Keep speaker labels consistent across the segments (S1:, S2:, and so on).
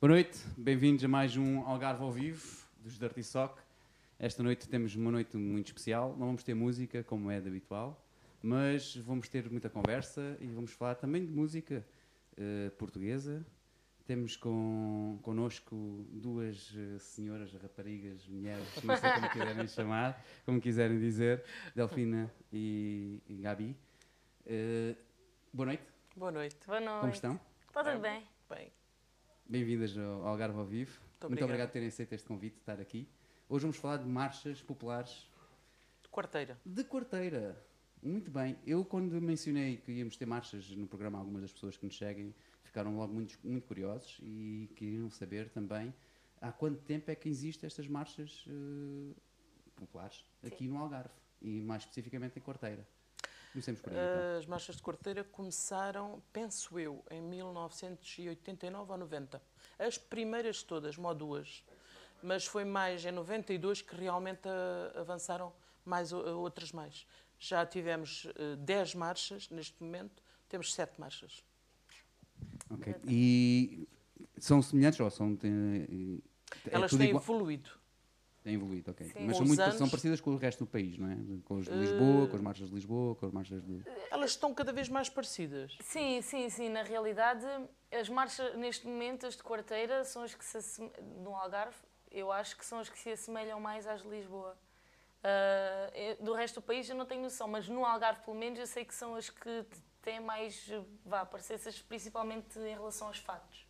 S1: Boa noite, bem-vindos a mais um Algarve ao Vivo dos Dirty Sock. Esta noite temos uma noite muito especial. Não vamos ter música, como é de habitual, mas vamos ter muita conversa e vamos falar também de música eh, portuguesa. Temos com, connosco duas eh, senhoras, raparigas, mulheres, não sei como quiserem chamar, como quiserem dizer, Delfina e, e Gabi. Eh, boa noite,
S2: Boa noite.
S3: Boa noite.
S1: como estão?
S3: Está tudo bem?
S2: Bem,
S1: Bem-vindas ao Algarve ao Vivo.
S2: Muito
S1: Muito
S2: obrigada.
S1: obrigado por terem aceito este convite, de estar aqui. Hoje vamos falar de marchas populares
S2: quarteira.
S1: de quarteira. Muito bem. Eu, quando mencionei que íamos ter marchas no programa, algumas das pessoas que nos seguem ficaram logo muito, muito curiosos e queriam saber também há quanto tempo é que existem estas marchas eh, populares aqui no Algarve e mais especificamente em quarteira. Comecemos por aí, então.
S2: As marchas de quarteira começaram, penso eu, em 1989 ou 90. As primeiras todas, uma ou duas. Mas foi mais em 92 que realmente ah, avançaram mais o- eh, outras mais. Já tivemos eh, 10 marchas neste momento, temos 7 marchas. Ah,
S1: Ok. E são semelhantes ou são. eh, é
S2: Elas
S1: tudo
S2: têm
S1: igual-
S2: evoluído.
S1: Tem evoluído, ok.
S3: Sim.
S1: Mas
S2: Com
S1: são,
S2: os
S1: muito,
S2: anos-
S1: são parecidas com o resto do país, não é? Com os de Lisboa, com as marchas de Lisboa, com as marchas de.
S2: Elas estão cada vez mais parecidas.
S3: Sim, sim, sim. Na realidade, as marchas, neste momento, as de quarteira, são as que se assem... no Algarve, eu acho que são as que se assemelham mais às de Lisboa. Ah, eu- do resto do país eu não tenho noção, mas no Algarve, pelo menos, eu sei que são as que t- têm mais, eh, vá, parecenças, principalmente em relação aos fatos.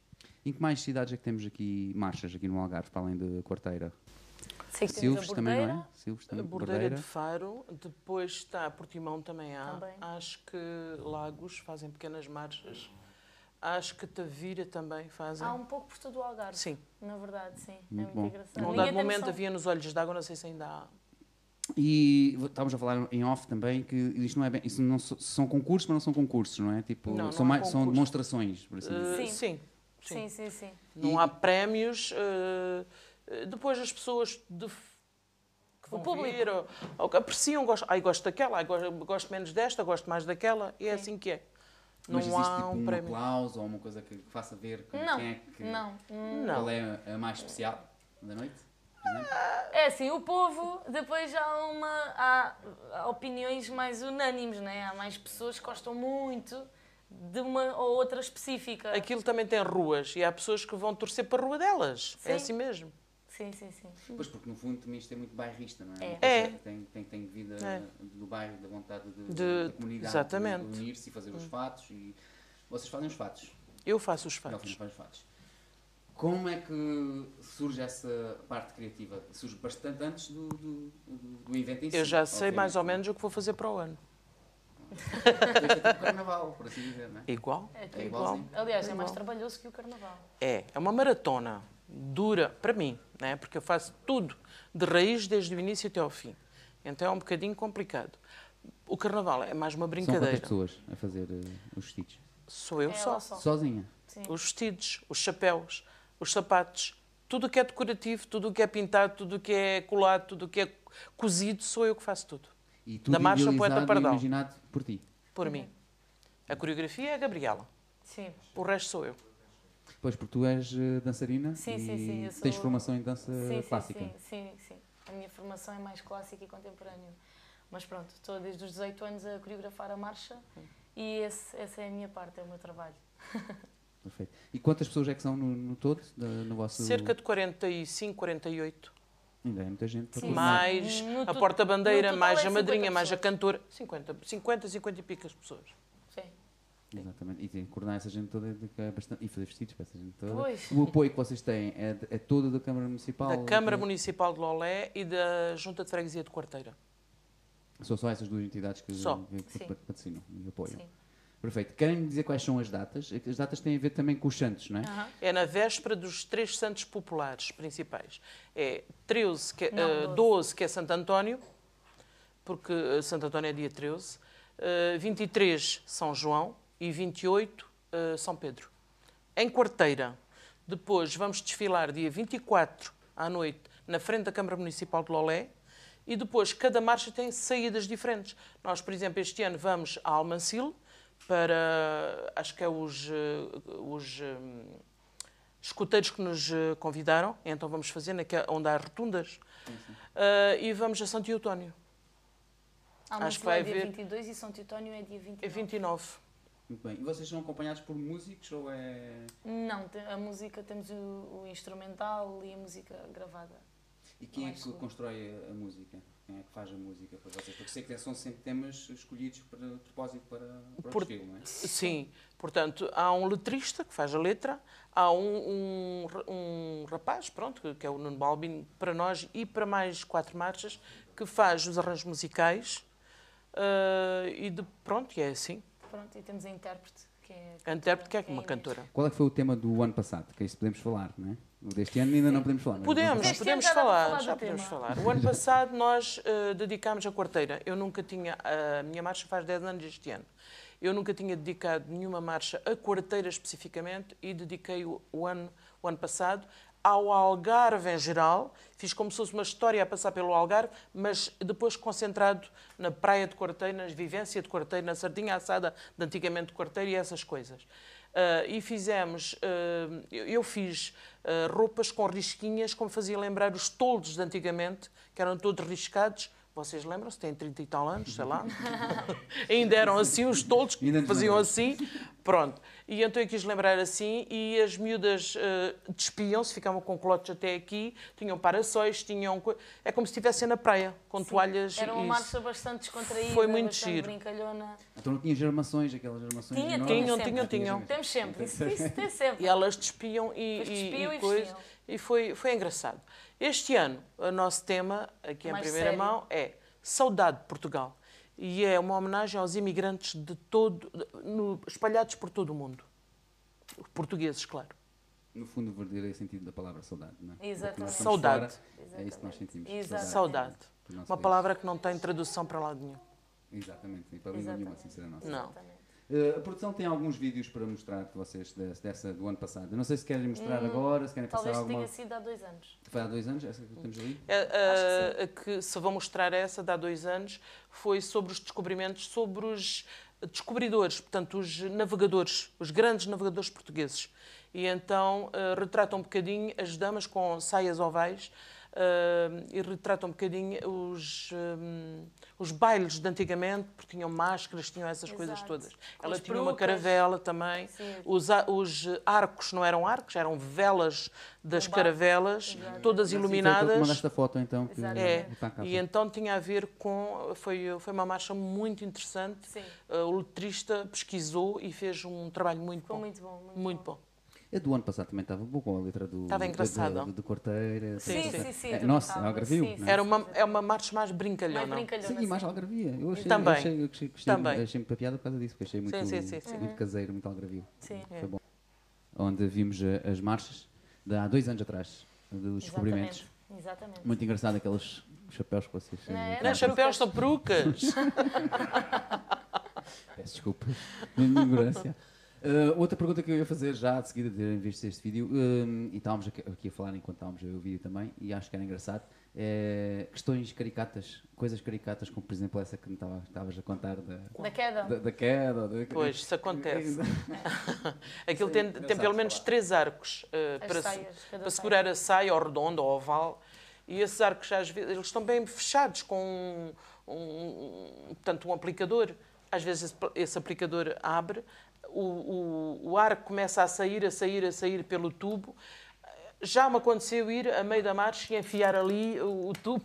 S1: Em que mais cidades é que temos aqui marchas aqui no Algarve, para além da Quarteira?
S3: Sei que
S1: Silves
S3: temos a
S1: também,
S3: Bordeira.
S1: não é? Silves
S2: A
S1: também.
S2: Bordeira
S1: Bordeira.
S2: de Faro, depois está Portimão também há.
S3: Também.
S2: Acho que Lagos fazem pequenas marchas. Acho que Tavira também fazem.
S3: Há um pouco por todo o Algarve.
S2: Sim.
S3: Na verdade, sim.
S1: Muito
S3: é
S1: bom.
S3: muito engraçado.
S2: Num
S3: Ninguém
S2: dado
S3: tem
S2: momento
S3: noção.
S2: havia nos olhos d'água, não sei se ainda há.
S1: E v- estávamos a falar em off também que isto não é bem. Isso não so- são concursos, mas não são concursos, não é? Tipo,
S2: Não, não
S1: são,
S2: há
S1: mais, são
S2: concurso.
S1: demonstrações, por assim dizer.
S2: Eh,
S3: Sim.
S2: sim. Sim.
S3: Sim, sim, sim.
S2: Não
S1: E-
S2: há prémios. eh, eh, depois as pessoas de f- que vão
S3: público.
S2: ver ou, ou que apreciam, gostam, ai, gosto daquela, ai, gosto, gosto menos desta, gosto mais daquela, e é
S3: Sim.
S2: assim que é. Não
S1: Mas existe
S2: há
S1: tipo,
S2: um
S1: um,
S2: prémio.
S1: aplauso ou uma coisa que que faça ver que-
S3: Não,
S1: quem é que.
S3: não,
S1: Qual
S2: Não.
S1: é a- a mais especial da noite? por exemplo?
S3: É assim, o povo, depois há uma. Há, há opiniões mais unânimes, né? Há mais pessoas que gostam muito de uma ou outra específica.
S2: Aquilo também tem ruas e há pessoas que vão torcer para a rua delas.
S3: Sim.
S2: É assim mesmo.
S3: Sim, sim, sim.
S1: Pois, porque no fundo também isto é muito bairrista, não é?
S3: É.
S1: Uma coisa
S2: É.
S1: que Tem, tem, tem vida
S2: É.
S1: do bairro, da vontade de,
S2: De-
S1: da comunidade.
S2: exatamente. Hum.
S1: De unir-se e fazer os fatos. E... Vocês fazem os fatos.
S2: Eu faço os
S1: Delfim
S2: fatos.
S1: faz os fatos. Como é que surge essa parte criativa? Surge bastante antes do, do, do- do evento em si.
S2: Eu já sei
S1: obviamente.
S2: mais ou menos o que vou fazer para o ano.
S1: Depois é tipo carnaval, por assim dizer, não é?
S2: Igual?
S3: É tudo
S1: É igualzinho.
S3: Aliás, é mais
S2: Igual.
S3: trabalhoso que o carnaval.
S2: É, é uma maratona dura para mim, né? porque eu faço tudo de raiz desde o início até ao fim. Então é um bocadinho complicado. O carnaval é mais uma brincadeira.
S1: pessoas a fazer eh, os vestidos?
S2: Sou eu
S3: É
S2: só.
S3: ela só.
S1: Sozinha?
S3: Sim.
S2: Os vestidos, os chapéus, os sapatos, tudo o que é decorativo, tudo o que é pintado, tudo o que é colado, tudo o que é cozido, sou eu que faço tudo.
S1: E
S2: tudo Da marcha ao poeta idealizado e Pardal.
S1: imaginado por ti.
S2: Por
S3: Uhum.
S2: mim. A coreografia é a Gabriela.
S3: Sim.
S2: O resto sou eu.
S1: Pois, porque tu és eh, dançarina
S3: Sim,
S1: e
S3: sim, sim, eu sou-
S1: tens formação em dança
S3: Sim,
S1: clássica.
S3: sim, sim, sim, sim. A minha formação é mais clássica e contemporânea. Mas pronto, estou desde os 18 anos a coreografar a marcha e esse- essa é a minha parte, é o meu trabalho.
S1: Perfeito. E quantas pessoas é que são no, no todo, da- no vosso...
S2: Cerca de 45, 48.
S1: Ainda é muita gente. para
S3: Sim.
S1: coordenar.
S2: Mais
S3: No
S2: a
S3: to-
S2: porta-bandeira,
S3: no total
S2: mais
S3: é
S2: a madrinha,
S3: 50
S2: mais a
S3: pessoas.
S2: cantora. 50, 50, 50 e picas pessoas.
S3: Sim.
S1: Exatamente. E tem que coordenar essa gente toda de que é bastante... e fazer vestidos para essa gente toda.
S3: Pois.
S1: O apoio que vocês têm é, de- é todo da Câmara Municipal?
S2: Da Câmara
S1: É-
S2: Municipal de Lolé e da Junta de Freguesia de Quarteira.
S1: São só essas duas entidades que,
S2: Só.
S1: que, que
S3: Sim.
S1: pa- patrocinam e apoiam.
S3: Sim.
S1: Perfeito. Querem dizer quais são as datas? É que As datas têm a ver também com os santos, não é?
S3: Aham.
S2: É na véspera dos três santos populares principais. É 13, que, é-
S3: Não,
S2: eh,
S3: 12.
S2: 12, que é Santo António, porque eh, Santo António é dia 13. eh, 23, São João. E 28, eh, São Pedro. Em quarteira. Depois vamos desfilar dia 24 à noite na frente da Câmara Municipal de Lolé. E depois cada marcha tem saídas diferentes. Nós, por exemplo, este ano vamos a Almancil para, acho que é os, eh, os eh, escuteiros que nos eh, convidaram, então vamos fazer naquela, onde há rotundas, eh, e vamos a Santo Eutónio,
S3: Alma
S2: Acho que vai
S3: é dia
S2: haver-
S3: 22 e São Teutónio é dia 29.
S2: é 29.
S1: Muito bem. E vocês são acompanhados por músicos ou é.
S3: Não, te- a música temos o, o instrumental e a música gravada.
S1: E quem
S3: Não
S1: é
S3: é
S1: que
S3: seguro.
S1: constrói a- a música? Quem é que faz a música para vocês? Porque sei que são sempre temas escolhidos para de propósito para, para o
S2: Por-
S1: estilo, não é?
S2: Sim, portanto, há um letrista que faz a letra, há um, um ra- um rapaz, pronto, que- que é o Nuno Balbino, para nós e para mais quatro marchas, que faz os arranjos musicais eh, e de, pronto, e é assim.
S3: Pronto, e temos a intérprete, que é
S2: A intérprete que é
S3: a
S2: uma
S3: Inês.
S2: cantora.
S1: Qual é que foi o tema do ano passado? Que é isso podemos falar, não é? O deste ano ainda não podemos falar. mas
S2: Podemos,
S3: Este ano
S2: podemos
S3: já dá para
S2: falar,
S3: falar do
S2: já podemos
S3: tema.
S2: falar. O ano passado nós eh, dedicámos a quarteira. Eu nunca tinha, a minha marcha faz 10 anos este ano. Eu nunca tinha dedicado nenhuma marcha a quarteira especificamente e dediquei o, o ano, o ano passado ao Algarve em geral. Fiz como se fosse uma história a passar pelo Algarve, mas depois concentrado na praia de quarteira, na vivência de quarteira, na sardinha assada de antigamente de quarteira e essas coisas. Ah, e fizemos, ah, eu eu fiz ah, roupas com risquinhas, como fazia lembrar os toldos de antigamente, que eram todos riscados. Vocês lembram-se? Têm 30 e tal anos, sei lá. Ainda eram assim os toldos que
S1: Ainda nos
S2: faziam
S1: lembramos.
S2: assim. Pronto. E então eu quis lembrar assim, e as miúdas ah, despiam-se, ficavam com colotes até aqui, tinham paraçóis, tinham. co- É como se estivessem na praia, com toalhas
S3: Era um uma
S2: e.
S3: marcha bastante descontraída,
S2: Foi muito
S3: bastante
S2: giro.
S3: brincalhona.
S1: Então não tinha germações, aquelas germações
S3: Tinha,
S1: enormes?
S2: Tinham,
S3: Sempre.
S2: tinham, tinham.
S3: Temos sempre, isso, isso tem sempre.
S2: E elas despiam e,
S3: Depois
S2: e-
S3: despiam
S2: e
S3: e
S2: coisa.
S3: vestiam.
S2: E foi, foi engraçado. Este ano, o nosso tema, aqui em
S3: Mais
S2: primeira
S3: sério.
S2: mão, é Saudade de Portugal. E é uma homenagem aos imigrantes de todo, de- no- espalhados por todo o mundo. Portugueses, claro.
S1: No fundo, o verdadeiro é sentido da palavra saudade, não é?
S3: Exatamente.
S1: Porque nós estamos
S2: Saudade.
S1: fora, É isso que nós sentimos.
S3: Exatamente.
S2: Saudade.
S1: Do nosso
S2: Uma
S1: país.
S2: palavra que não tem tradução para lado nenhum.
S1: Exatamente. E para língua nenhuma,
S3: Exatamente.
S1: sem ser a nossa.
S2: Não.
S3: Exatamente.
S1: Eh, a produção tem alguns vídeos para mostrar de vocês des- dessa do ano passado. Eu não sei se querem mostrar agora, se querem
S3: Talvez
S1: passar
S3: tenha
S1: alguma.
S3: sido há dois anos.
S1: Foi há dois anos, essa que temos ali?
S2: É, é, que, se vou mostrar essa de há dois anos, foi sobre os descobrimentos, sobre os descobridores, portanto, os navegadores, os grandes navegadores portugueses. E então eh, retrata um bocadinho as damas com saias ovais eh, e retrata um bocadinho os, eh, os bailes de antigamente, porque tinham máscaras, tinham essas coisas
S3: Exato.
S2: todas.
S3: Com
S2: Ela
S3: as
S2: tinha uma
S3: perucas.
S2: caravela também.
S3: Sim.
S2: Os, a- os arcos não eram arcos, eram velas das
S3: Um barco.
S2: caravelas, todas
S1: Sim, foi aquele que
S2: iluminadas.
S1: mandaste a foto então. Que
S3: Exato.
S2: É,
S1: está cá.
S2: e então tinha a ver com. Foi, foi uma marcha muito interessante.
S3: Sim.
S2: Uh, o letrista pesquisou e fez um trabalho muito
S3: Ficou
S2: bom.
S3: muito bom. Muito,
S2: Muito bom.
S1: A do ano passado também estava boa com a letra do.
S2: Estava
S1: da-
S2: engraçada.
S1: da- Do, do Corteira.
S3: Sim,
S1: sim,
S3: sim, sim,
S1: É,
S3: do
S1: nossa,
S3: Gustavo,
S1: é Algarvio.
S3: sim,
S1: não é?
S2: Era uma, é uma marcha mais
S3: Mais
S2: brincalhona.
S3: brincalhona.
S1: Sim, e mais Algarvia. Eu achei,
S2: Também.
S1: Eu achei, eu gostei, gostei,
S2: Também.
S1: achei muita piada por causa disso, porque achei muito,
S2: sim, sim, sim.
S1: muito caseiro, muito Algarvio.
S3: Sim.
S1: Foi bom. Onde vimos eh, as marchas de há dois anos atrás, dos descobrimentos.
S3: Exatamente. Exatamente.
S1: Muito engraçado aqueles chapéus que vocês.
S3: Não é?
S1: eh,
S2: Não, chapéus são perucas.
S1: Peço desculpa da minha ignorância. Uh, outra pergunta que eu ia fazer já de seguida de terem visto este vídeo, um, e estávamos aqui aqui a falar enquanto estávamos a ver o vídeo também, e acho que era engraçado, é questões caricatas, coisas caricatas, como por exemplo essa que me estava- estavas a contar da,
S3: Da queda.
S1: da, da queda. Da,
S2: Pois, isso acontece. Aquilo
S1: Sim,
S2: tem,
S1: não
S2: tem pelo
S1: sabes
S2: menos
S1: falar.
S2: três arcos eh,
S3: As
S2: para, se-
S3: saias, cada
S2: para
S3: saia.
S2: segurar a saia, ou redonda ou oval. E esses arcos, às vezes, eles estão bem fechados com um, um, um- portanto, um aplicador. Às vezes esse, pl- esse aplicador abre, o, o, o arco começa a sair, a sair, a sair pelo tubo. Já me aconteceu ir a meio da marcha e enfiar ali o, o tubo,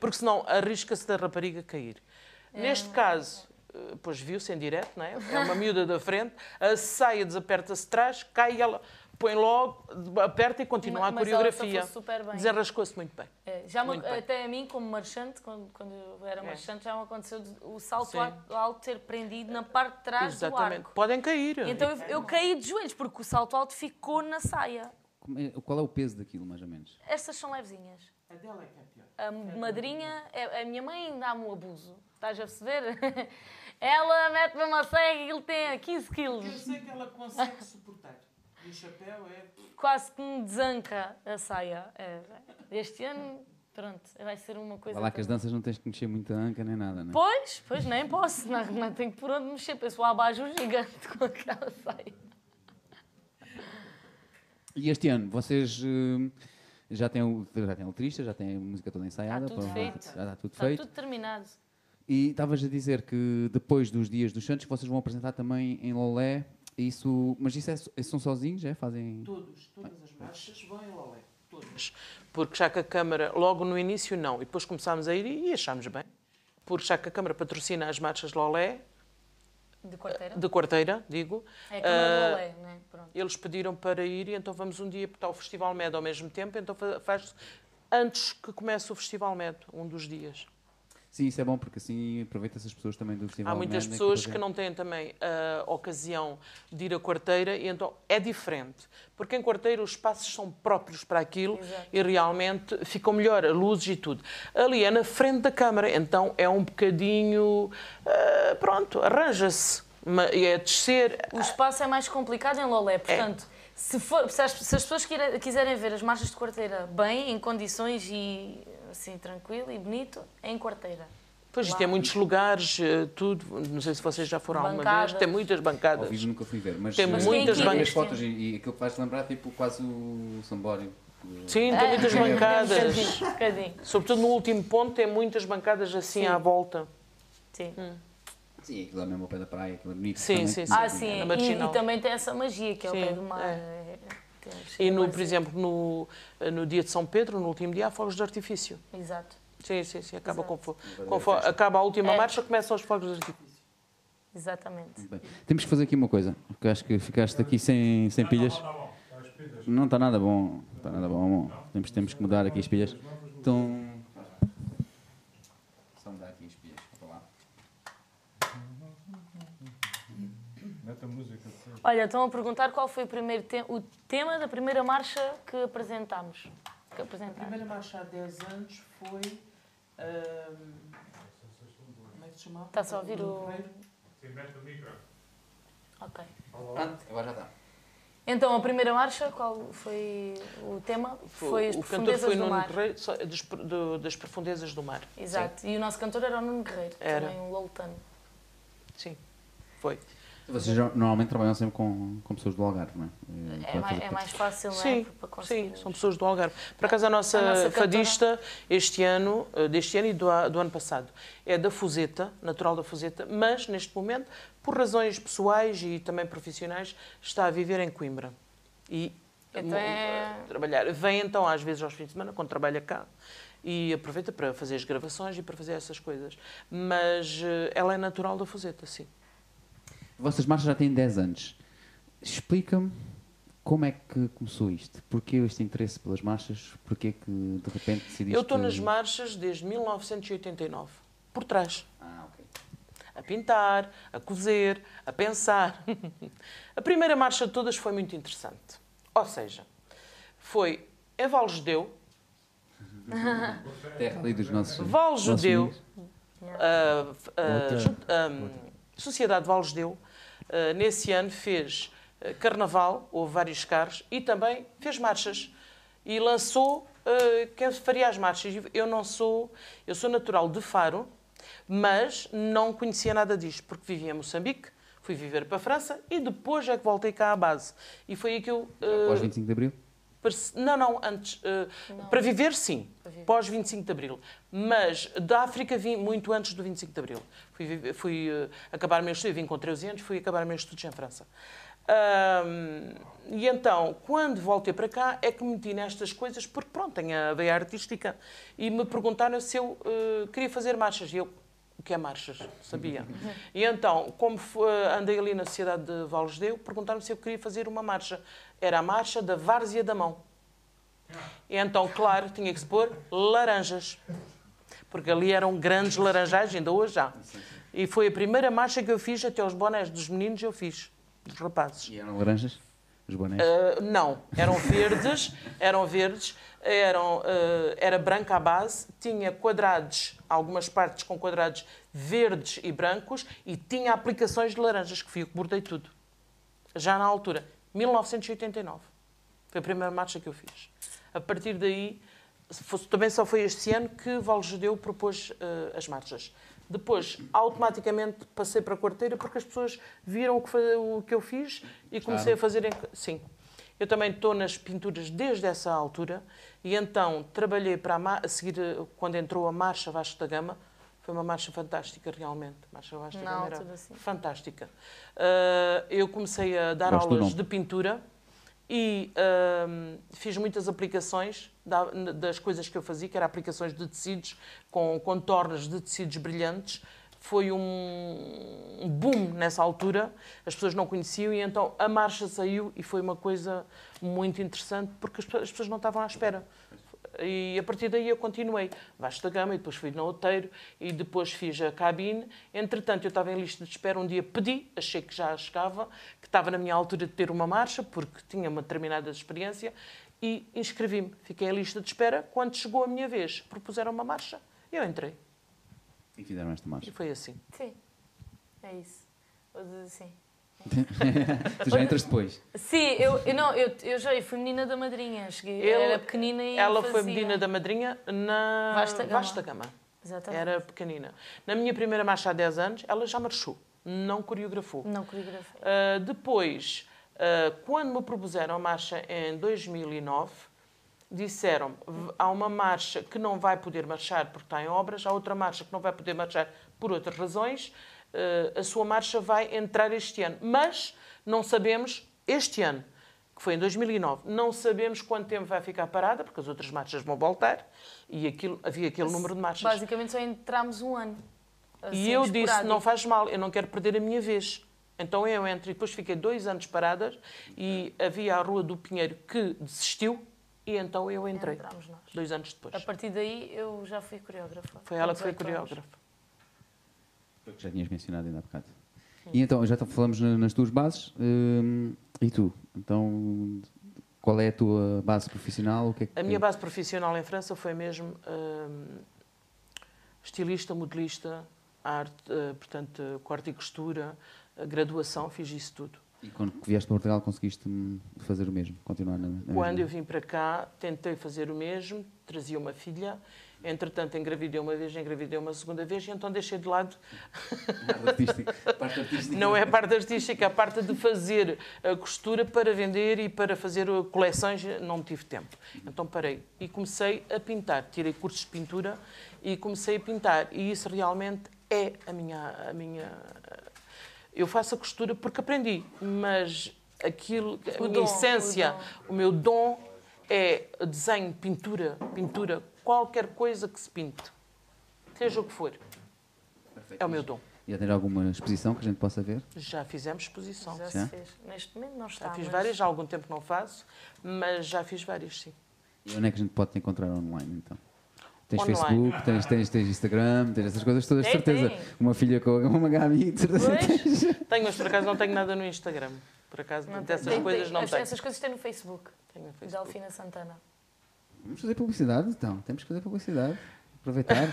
S2: porque senão arrisca-se da rapariga cair. Neste caso, eh, pois viu-se em direto, não é? É uma miúda da frente, a saia desaperta-se de trás, cai e ela põe logo, aperta e continua
S3: Ma-
S2: a
S3: mas ela
S2: coreografia.
S3: safou-se super bem.
S2: Desenrascou-se muito bem.
S3: É, já me-
S2: Muito bem.
S3: até a mim, como marchante, quando, quando eu era marchante, já me aconteceu de- o salto
S2: Sim.
S3: alto, alto ter prendido na parte de trás
S2: Exatamente.
S3: do arco.
S2: Podem cair.
S3: Então eu, eu caí de joelhos, porque o salto alto ficou na saia.
S1: Como é- Qual é o peso daquilo, mais ou menos?
S3: Estas são levezinhas.
S2: A dela é que é pior.
S3: A madrinha, é, a- a minha mãe dá-me o abuso. Estás a perceber? Ela mete-me uma saia que ele tem 15 quilos.
S2: sei que ela consegue suportar. E o chapéu é.
S3: Quase que me desanca a saia. É, este ano, pronto, vai ser uma coisa...
S1: Vai lá que as
S3: também.
S1: danças não tens que mexer muito a anca nem nada, não é?
S3: Pois, pois nem posso, não, não tenho por onde mexer. Penso o abajur gigante com aquela saia.
S1: E este ano, vocês eh, já têm, o- já têm a letrista, já têm a música toda ensaiada.
S3: tudo
S1: provavelmente
S3: feito.
S1: Já está tudo
S3: Está
S1: feito.
S3: tudo terminado.
S1: E estavas a dizer que depois dos dias dos Santos vocês vão apresentar também em Lolé. Isso, mas isso é, são sozinhos, é? Fazem.
S2: Todos, todas as marchas vão em Lolé. Todas. Porque já que a Câmara, logo no início não, e depois começámos a ir e achámos bem. Porque já que a Câmara patrocina as marchas de Lolé,
S3: De quarteira?
S2: de quarteira, digo,
S3: É a Câmara
S2: ah,
S3: do Olé, não é? Pronto.
S2: eles pediram para ir e então vamos um dia, porque está o Festival Med ao mesmo tempo, então fa- faz antes que comece o Festival Med, um dos dias.
S1: Sim, isso é bom porque assim aproveita-se as pessoas também do festival.
S2: Há muitas
S1: Man, é
S2: pessoas
S1: depois
S2: que não têm também ah, a ocasião de ir à quarteira e então é diferente. Porque em quarteira os espaços são próprios para aquilo
S3: Exato.
S2: e realmente ficam melhor, luzes e tudo. Ali é na frente da câmara, então é um bocadinho. ah, pronto, arranja-se. Ma- e É descer.
S3: O espaço é mais complicado em Lolé, portanto, se, for- se as, se as pessoas quire- quiserem ver as marchas de quarteira bem, em condições e assim, tranquilo e bonito, é em quarteira.
S2: Pois isto tem muitos lugares, eh, tudo. Não sei se vocês já foram alguma vez.
S3: Bancadas.
S2: Tem muitas
S1: Ao
S2: bancadas.
S1: vivo nunca fui ver, mas
S2: Tem
S1: eh,
S2: muitas
S1: mas as
S3: bandas.
S1: fotos e, e aquilo que vais lembrar, tipo quase o Sambório.
S2: Sim, tem muitas
S3: É,
S2: bancadas.
S3: Um bocadinho, um bocadinho.
S2: Sobretudo no último ponto, tem muitas bancadas assim
S3: Sim.
S2: à volta.
S3: Sim.
S2: Hum.
S1: Sim, aquilo é mesmo ao pé da praia, aquilo é bonito.
S2: Sim,
S1: também.
S2: sim, sim.
S3: Ah, sim,
S2: Na
S3: e,
S2: marginal.
S3: e também tem essa magia que é o
S2: Sim,
S3: pé do mar.
S2: é.
S3: é- temos-
S2: E, no, por exemplo, no, no dia de São Pedro, no último dia, há fogos de artifício.
S3: Exato,
S2: Sim, sim, sim. Acaba, com, fo-
S1: verdadeira
S2: com fo-
S1: festa.
S2: acaba a última
S3: É.
S2: marcha, começam os fogos de artifício.
S3: exatamente.
S1: Bem, temos que fazer aqui uma coisa, porque acho que ficaste aqui sem, sem pilhas.
S4: Tá bom, tá as pilhas.
S1: Não está nada bom, está nada bom. Temos, temos que mudar aqui as pilhas. Então. Só mudar aqui as pilhas, para lá.
S4: Mete a música. sim.
S3: Olha, estão a perguntar qual foi o, primeiro te- o tema da primeira marcha que apresentámos. Que apresentámos.
S2: marcha há 10 anos foi. como é que se chamava?
S3: Está-se a ouvir o.
S4: Sim, mete o micro.
S3: Ok.
S1: Pronto, agora já está.
S3: Então, a primeira marcha, qual foi o tema? Foi, as
S2: o cantor
S3: profundezas
S2: foi
S3: do
S2: Nuno
S3: mar.
S2: Guerreiro, só- das, pro- do- das profundezas do mar.
S3: Exato. E o nosso cantor era o Nuno Guerreiro,
S2: Era.
S3: também um loltano.
S2: Sim, foi.
S1: Então, Vocês já- normalmente trabalham sempre com, com pessoas do Algarve, não é?
S3: É
S1: Para
S3: mais,
S1: fazer-
S3: é mais fácil,
S2: Sim,
S3: não é? Para
S2: sim,
S3: conseguir.
S2: são pessoas do Algarve. Por acaso, a nossa,
S3: A nossa cantora-
S2: fadista este ano, eh, deste ano e do, a- do ano passado, é da Fuzeta, natural da Fuzeta, mas neste momento, por razões pessoais e também profissionais, está a viver em Coimbra. E
S3: Então
S2: mo-
S3: é-
S2: trabalhar. Vem então às vezes aos fins de semana, quando trabalha cá, e aproveita para fazer as gravações e para fazer essas coisas. Mas eh, ela é natural da Fuzeta, sim.
S1: Vossas marchas já têm 10 anos. Explica-me como é que começou isto? Porquê este interesse pelas marchas? Porquê que de repente decidiste...
S2: Eu estou nas marchas desde 1989, por trás.
S1: Ah, ok.
S2: a pintar, a cozer, a pensar. a primeira marcha de todas foi muito interessante. Ou seja, foi em Val Judeu,
S1: Terra ali dos nossos...
S2: Val
S1: nossos
S2: Judeu,
S1: amigos.
S2: a- a-
S1: Outra-
S2: jun- a- Sociedade Val Judeu, eh, nesse ano fez eh, carnaval, houve vários carros, e também fez marchas. E lançou eh, quem faria as marchas. Eu não sou, eu sou natural de Faro, mas não conhecia nada disto, porque vivia em Moçambique, fui viver para a França e depois é que voltei cá à base. E foi aí que eu. eh,
S1: Após 25 de Abril?
S2: Perce- Não, não, antes. eh, Para viver, sim. Pós 25 de Abril. Mas da África vim muito antes do 25 de Abril. Fui, vive- fui eh, acabar meus estudos, eu vim com 13 anos, fui acabar meus estudos em França. Ahm, e então, quando voltei para cá, é que me meti nestas coisas, porque pronto, tenho a veia artística. E me perguntaram se eu eh, queria fazer marchas. E eu, o que é marchas, sabia. E então, como fo- andei ali na Sociedade de Valesdeu, perguntaram-me se eu queria fazer uma marcha. Era a marcha da Várzea da Mão. E então, claro, tinha que se pôr laranjas. Porque ali eram grandes laranjais, ainda hoje há. E foi a primeira marcha que eu fiz, até os bonés dos meninos eu fiz, dos rapazes.
S1: E eram laranjas? Os bonés?
S2: Uh, não, eram verdes, eram verdes, eram, uh, era branca a base, tinha quadrados, algumas partes com quadrados verdes e brancos e tinha aplicações de laranjas, que fui eu que bordei tudo. Já na altura, 1989. Foi a primeira marcha que eu fiz. A partir daí, se fosse- também só foi este ano que Val Judeu propôs eh, as marchas. Depois, automaticamente, passei para a quarteira porque as pessoas viram o que, fa- o que eu fiz e comecei a fazer. Em, sim. Eu também estou nas pinturas desde essa altura e então trabalhei para a, ma- a seguir, eh, quando entrou a Marcha Vasco da Gama, foi uma marcha fantástica realmente. A Marcha Vasco da
S3: Na
S2: Gama era
S3: altura, sim.
S2: fantástica. Ah, eu comecei a dar
S5: Gosto do
S2: aulas
S5: nome.
S2: de pintura e ahm, fiz muitas aplicações da- das coisas que eu fazia, que eram aplicações de tecidos, com contornos de tecidos brilhantes. Foi um um boom nessa altura, as pessoas não conheciam e então a marcha saiu e foi uma coisa muito interessante porque as pe- as pessoas não estavam à espera. E a partir daí eu continuei. Vasco da Gama, e depois fui na Outeiro, e depois fiz a cabine. Entretanto, eu estava em lista de espera. Um dia pedi, achei que já chegava, que estava na minha altura de ter uma marcha, porque tinha uma determinada experiência, e inscrevi-me. Fiquei em lista de espera. Quando chegou a minha vez, propuseram uma marcha, e eu entrei.
S5: E fizeram esta
S2: E
S5: marcha.
S2: foi assim.
S3: Sim, é isso. Ou de- Sim.
S5: tu já entras depois.
S3: Sim, eu, eu não, eu, eu já fui menina da madrinha, cheguei,
S2: Eu-
S3: era pequenina e
S2: Ela
S3: fazia.
S2: foi medina da madrinha na
S3: Vasco da Gama. Tá.
S2: Vasco da Gama.
S3: Exatamente.
S2: Era pequenina. Na minha primeira marcha há 10 anos, ela já marchou, não coreografou.
S3: Não coreografei.
S2: Uh, depois, uh, quando me propuseram a marcha em 2009, disseram "V- há uma marcha que não vai poder marchar porque está em obras, há outra marcha que não vai poder marchar por outras razões, uh, a sua marcha vai entrar este ano. Mas não sabemos, este ano, que foi em 2009, não sabemos quanto tempo vai ficar parada, porque as outras marchas vão voltar, e aquilo, havia aquele número de marchas.
S3: Basicamente só entramos um ano.
S2: E
S3: Assim,
S2: eu disse,
S3: esporádico.
S2: não faz mal, eu não quero perder a minha vez. Então eu entro e depois fiquei dois anos paradas e havia a Rua do Pinheiro que desistiu e então eu entrei,
S3: Entramos nós.
S2: dois anos
S3: A
S2: depois.
S3: partir daí eu já fui coreógrafa.
S2: Foi ela
S3: Com
S2: que foi
S3: 18 anos.
S2: coreógrafa.
S5: Já tinhas mencionado ainda há bocado. E então, já t- falamos na- nas tuas bases. hum, e tu? Então, qual é a tua base profissional? O que é que
S2: A minha base profissional em França foi mesmo hum, estilista, modelista, arte, eh, portanto, eh, corte e costura, eh, graduação, fiz isso tudo.
S5: E quando vieste para Portugal conseguiste hum, fazer o mesmo? Continuar na,
S1: Uhum.
S5: na
S2: Quando eu
S5: mesma?
S2: vim para cá, tentei fazer o mesmo, trazia uma filha. Entretanto, engravidei uma vez, engravidei uma segunda vez, e então deixei de lado.
S5: Parte artística. Parte artística.
S2: Não é a parte artística, a parte de fazer a costura para vender e para fazer uh, coleções, não tive tempo. Então parei e comecei a pintar. Tirei cursos de pintura e comecei a pintar. E isso realmente é a minha. A minha... eh, Eu faço a costura porque aprendi, mas aquilo, a
S3: O
S2: minha
S3: dom, o
S2: essência.
S3: dom.
S2: O meu dom é desenho, pintura, pintura, qualquer coisa que se pinte, seja o que for. É o meu dom.
S5: E ter alguma exposição que a gente possa ver?
S2: Já fizemos exposição.
S3: Já
S5: Sim.
S3: se fez. Neste momento não está.
S2: Já fiz
S3: Tá, mas
S2: várias, já há algum tempo não faço, mas já fiz várias, sim.
S5: E onde é que a gente pode te encontrar online então? Tens
S2: Online.
S5: Facebook, tens, tens, tens Instagram, tens essas coisas todas, de
S3: Tem,
S5: certeza.
S3: tem.
S5: Uma filha com uma Gabi, de certeza.
S3: Pois,
S2: Tenho, mas por acaso não tenho nada no Instagram. Por acaso
S3: não
S2: dessas
S3: tem-
S2: coisas
S3: tem-
S2: não
S3: as-
S2: tenho.
S3: Essas coisas têm no Facebook.
S2: Tenho no Facebook.
S3: Delfina Santana.
S5: Vamos fazer publicidade então, temos que fazer publicidade. Aproveitar,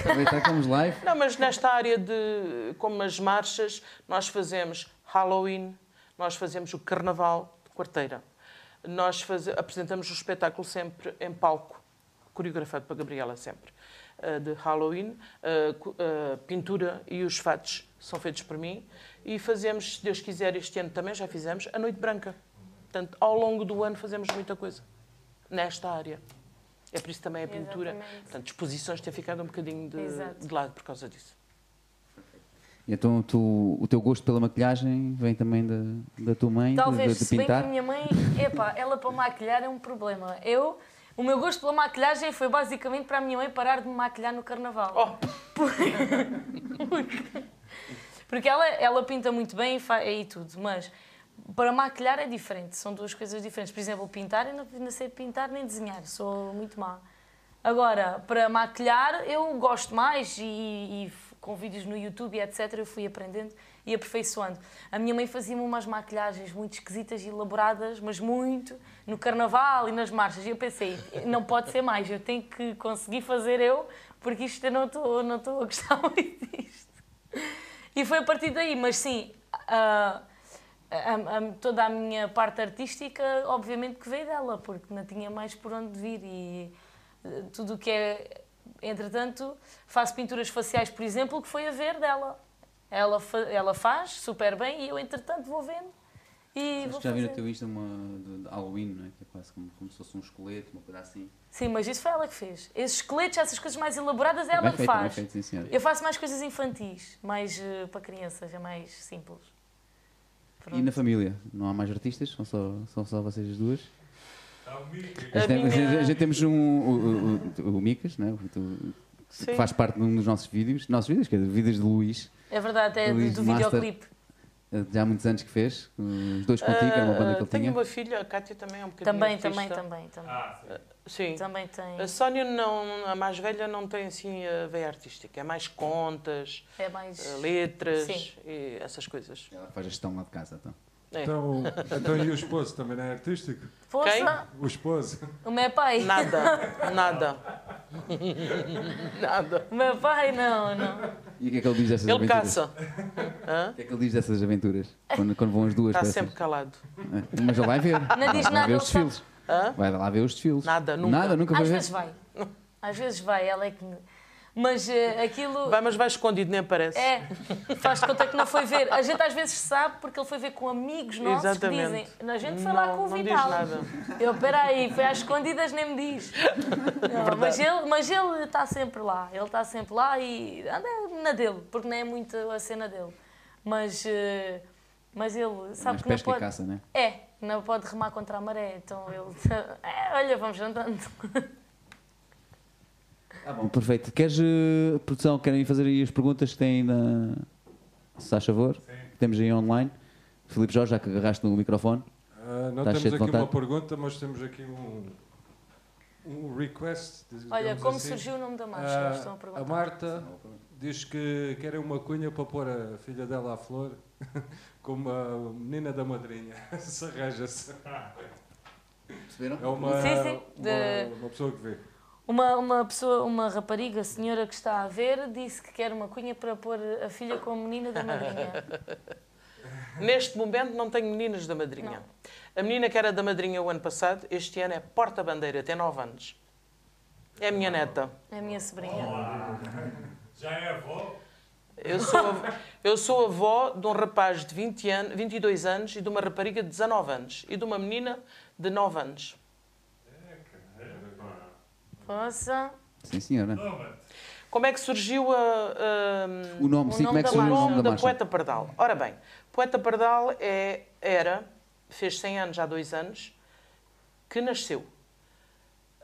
S5: aproveitar que estamos live.
S2: Não, mas nesta área de como as marchas, nós fazemos Halloween, nós fazemos o Carnaval de Quarteira, nós faze- apresentamos o espetáculo sempre em palco, coreografado para Gabriela sempre, eh, de Halloween, eh, co- eh, pintura e os fatos são feitos por mim e fazemos, se Deus quiser, este ano também já fizemos a Noite Branca. Portanto, ao longo do ano fazemos muita coisa nesta área. É por isso também a pintura.
S3: Exatamente.
S2: Portanto, exposições têm ficado um bocadinho de,
S3: Exato.
S2: de lado por causa disso.
S5: E Então tu, o teu gosto pela maquilhagem vem também da, da tua mãe, de-
S3: Talvez,
S5: de, de
S3: se bem que a
S5: pintar.
S3: minha mãe, epá, ela para maquilhar é um problema. Eu, o meu gosto pela maquilhagem foi basicamente para a minha mãe parar de me maquilhar no carnaval.
S2: Oh,
S3: Porque ela, ela pinta muito bem e, fa- e tudo, mas para maquilhar é diferente, são duas coisas diferentes. Por exemplo, pintar, eu não, não sei pintar nem desenhar, sou muito má. Agora, para maquilhar, eu gosto mais e, e f- com vídeos no YouTube e etc. eu fui aprendendo e aperfeiçoando. A minha mãe fazia-me umas maquilhagens muito esquisitas e elaboradas, mas muito, no carnaval e nas marchas. E eu pensei, não pode ser mais, eu tenho que conseguir fazer eu, porque isto eu não estou não estou a gostar muito disto. E foi a partir daí, mas sim, a- a- a- toda a minha parte artística, obviamente que veio dela, porque não tinha mais por onde vir e eh, tudo o que é. Entretanto, faço pinturas faciais, por exemplo, que foi a ver dela. Ela, fa- ela faz super bem e eu, entretanto, vou vendo. E
S1: Acho
S3: vou
S1: que já vi no
S3: fazer.
S1: teu Insta uma de, de Halloween, não é? Que é quase como, como se fosse um esqueleto, uma coisa assim.
S3: Sim, mas isso foi ela que fez. Esses esqueletos, essas coisas mais elaboradas, é ela
S1: bem
S3: que
S1: feito, bem
S3: faz.
S1: feito, sim, senhora.
S3: Eu faço mais coisas infantis, mais eh, para crianças, é mais simples. Pronto.
S1: E na família? Não há mais artistas? São só, são só vocês as duas?
S4: Está o Mica.
S1: A gente, tem- a
S3: minha-
S1: gente- a gente temos um, o, o, o, o Micas, né? O- tu- que
S2: Sim.
S1: faz parte de um dos nossos vídeos, nossos vídeos, quer dizer, vídeos de Luís,
S3: É verdade, é do,
S1: Luís
S3: do
S1: Master.
S3: videoclipe.
S1: eh, de há muitos anos que fez, os dois contigo, era é uma banda que
S2: Ah,
S1: ele
S2: tenho
S1: tinha.
S2: uma filha, a Cátia também é um bocadinho
S3: Também,
S2: artista.
S3: também, Então, também, também.
S4: Ah, sim.
S2: Sim.
S3: Também tem.
S2: A Sónia, não, a mais velha, não tem assim a veia artística. É mais contas,
S3: É mais.
S2: eh, letras
S3: Sim.
S2: e essas coisas.
S1: Ela faz a gestão lá de casa, então.
S2: É.
S4: Então, então e o esposo também não é artístico?
S3: Poça,
S4: O esposo.
S3: o meu é pai.
S2: Nada, nada. nada.
S3: O meu é pai, não, não.
S1: E o que é que ele diz dessas
S2: Ele
S1: aventuras?
S2: caça. Hã?
S1: O que é que ele diz dessas aventuras? Quando, quando vão as duas
S2: Está
S1: para essas-
S2: sempre calado.
S1: É, Mas ele vai ver.
S3: Não diz
S1: Vai
S3: nada,
S1: ver
S3: ele
S1: os desfiles.
S3: sabe.
S2: Hã?
S1: Vai lá ver os desfiles.
S2: Nada, nunca.
S1: Nada, nunca vai
S3: Às
S1: ver.
S3: vezes vai. Às vezes vai, ela é que. Mas eh, aquilo.
S2: Vai, mas vai escondido, nem aparece.
S3: É, faz de conta que não foi ver. A gente às vezes sabe porque ele foi ver com amigos nossos
S2: Exatamente.
S3: que dizem. A gente foi lá
S2: Não, não diz
S3: convidá-lo.
S2: nada.
S3: Eu, peraí, foi às escondidas, nem me diz.
S1: É
S3: Não, mas ele mas ele está sempre lá, ele está sempre lá e anda na dele, porque não é muito a cena dele. Mas, eh, mas ele sabe
S1: Mas
S3: que não
S1: pesca e
S3: pode.
S1: caça, né?
S3: É, não pode remar contra a maré, então ele. É, olha, vamos andando.
S1: Tá bom, perfeito. Queres, eh, produção, querem fazer aí as perguntas que têm na. Se faz favor? Que temos aí online. Filipe Jorge, já que agarraste no microfone.
S4: Ah, não
S1: Tá
S4: temos
S1: cheio de
S4: aqui uma
S1: vontade?
S4: pergunta, mas temos aqui um, um request. digamos
S3: Olha, como
S4: assim.
S3: surgiu o nome da marcha?
S4: Ah,
S3: eles estão a
S4: a
S3: perguntar.
S4: Marta diz que quer uma cunha para pôr a filha dela à flor como a menina da madrinha. Se arranja-se.
S1: Perceberam?
S4: É uma,
S3: Ah. Sim, sim.
S4: Uma,
S3: De-
S4: uma pessoa que vê.
S3: Uma, uma pessoa, uma rapariga, senhora que está a ver, disse que quer uma cunha para pôr a filha com a menina da madrinha.
S2: Neste momento não tenho meninas da madrinha. A menina que era da madrinha o ano passado, este ano é porta-bandeira, tem 9 anos. É a minha neta.
S3: É a minha sobrinha.
S4: Já é avó?
S2: Eu sou, a, eu sou avó de um rapaz de 20 anos, 22 anos e de uma rapariga de 19 anos e de uma menina de 9 anos.
S3: Poça.
S1: Sim, senhora.
S2: Como é que surgiu a, a-
S1: O nome,
S3: O
S1: sim, como
S3: nome
S1: é que
S3: da
S1: surge o
S3: marcha.
S1: nome da
S2: da
S1: marcha?
S2: Poeta Pardal. Ora bem, Poeta Pardal é, era, fez 100 anos há dois anos, que nasceu.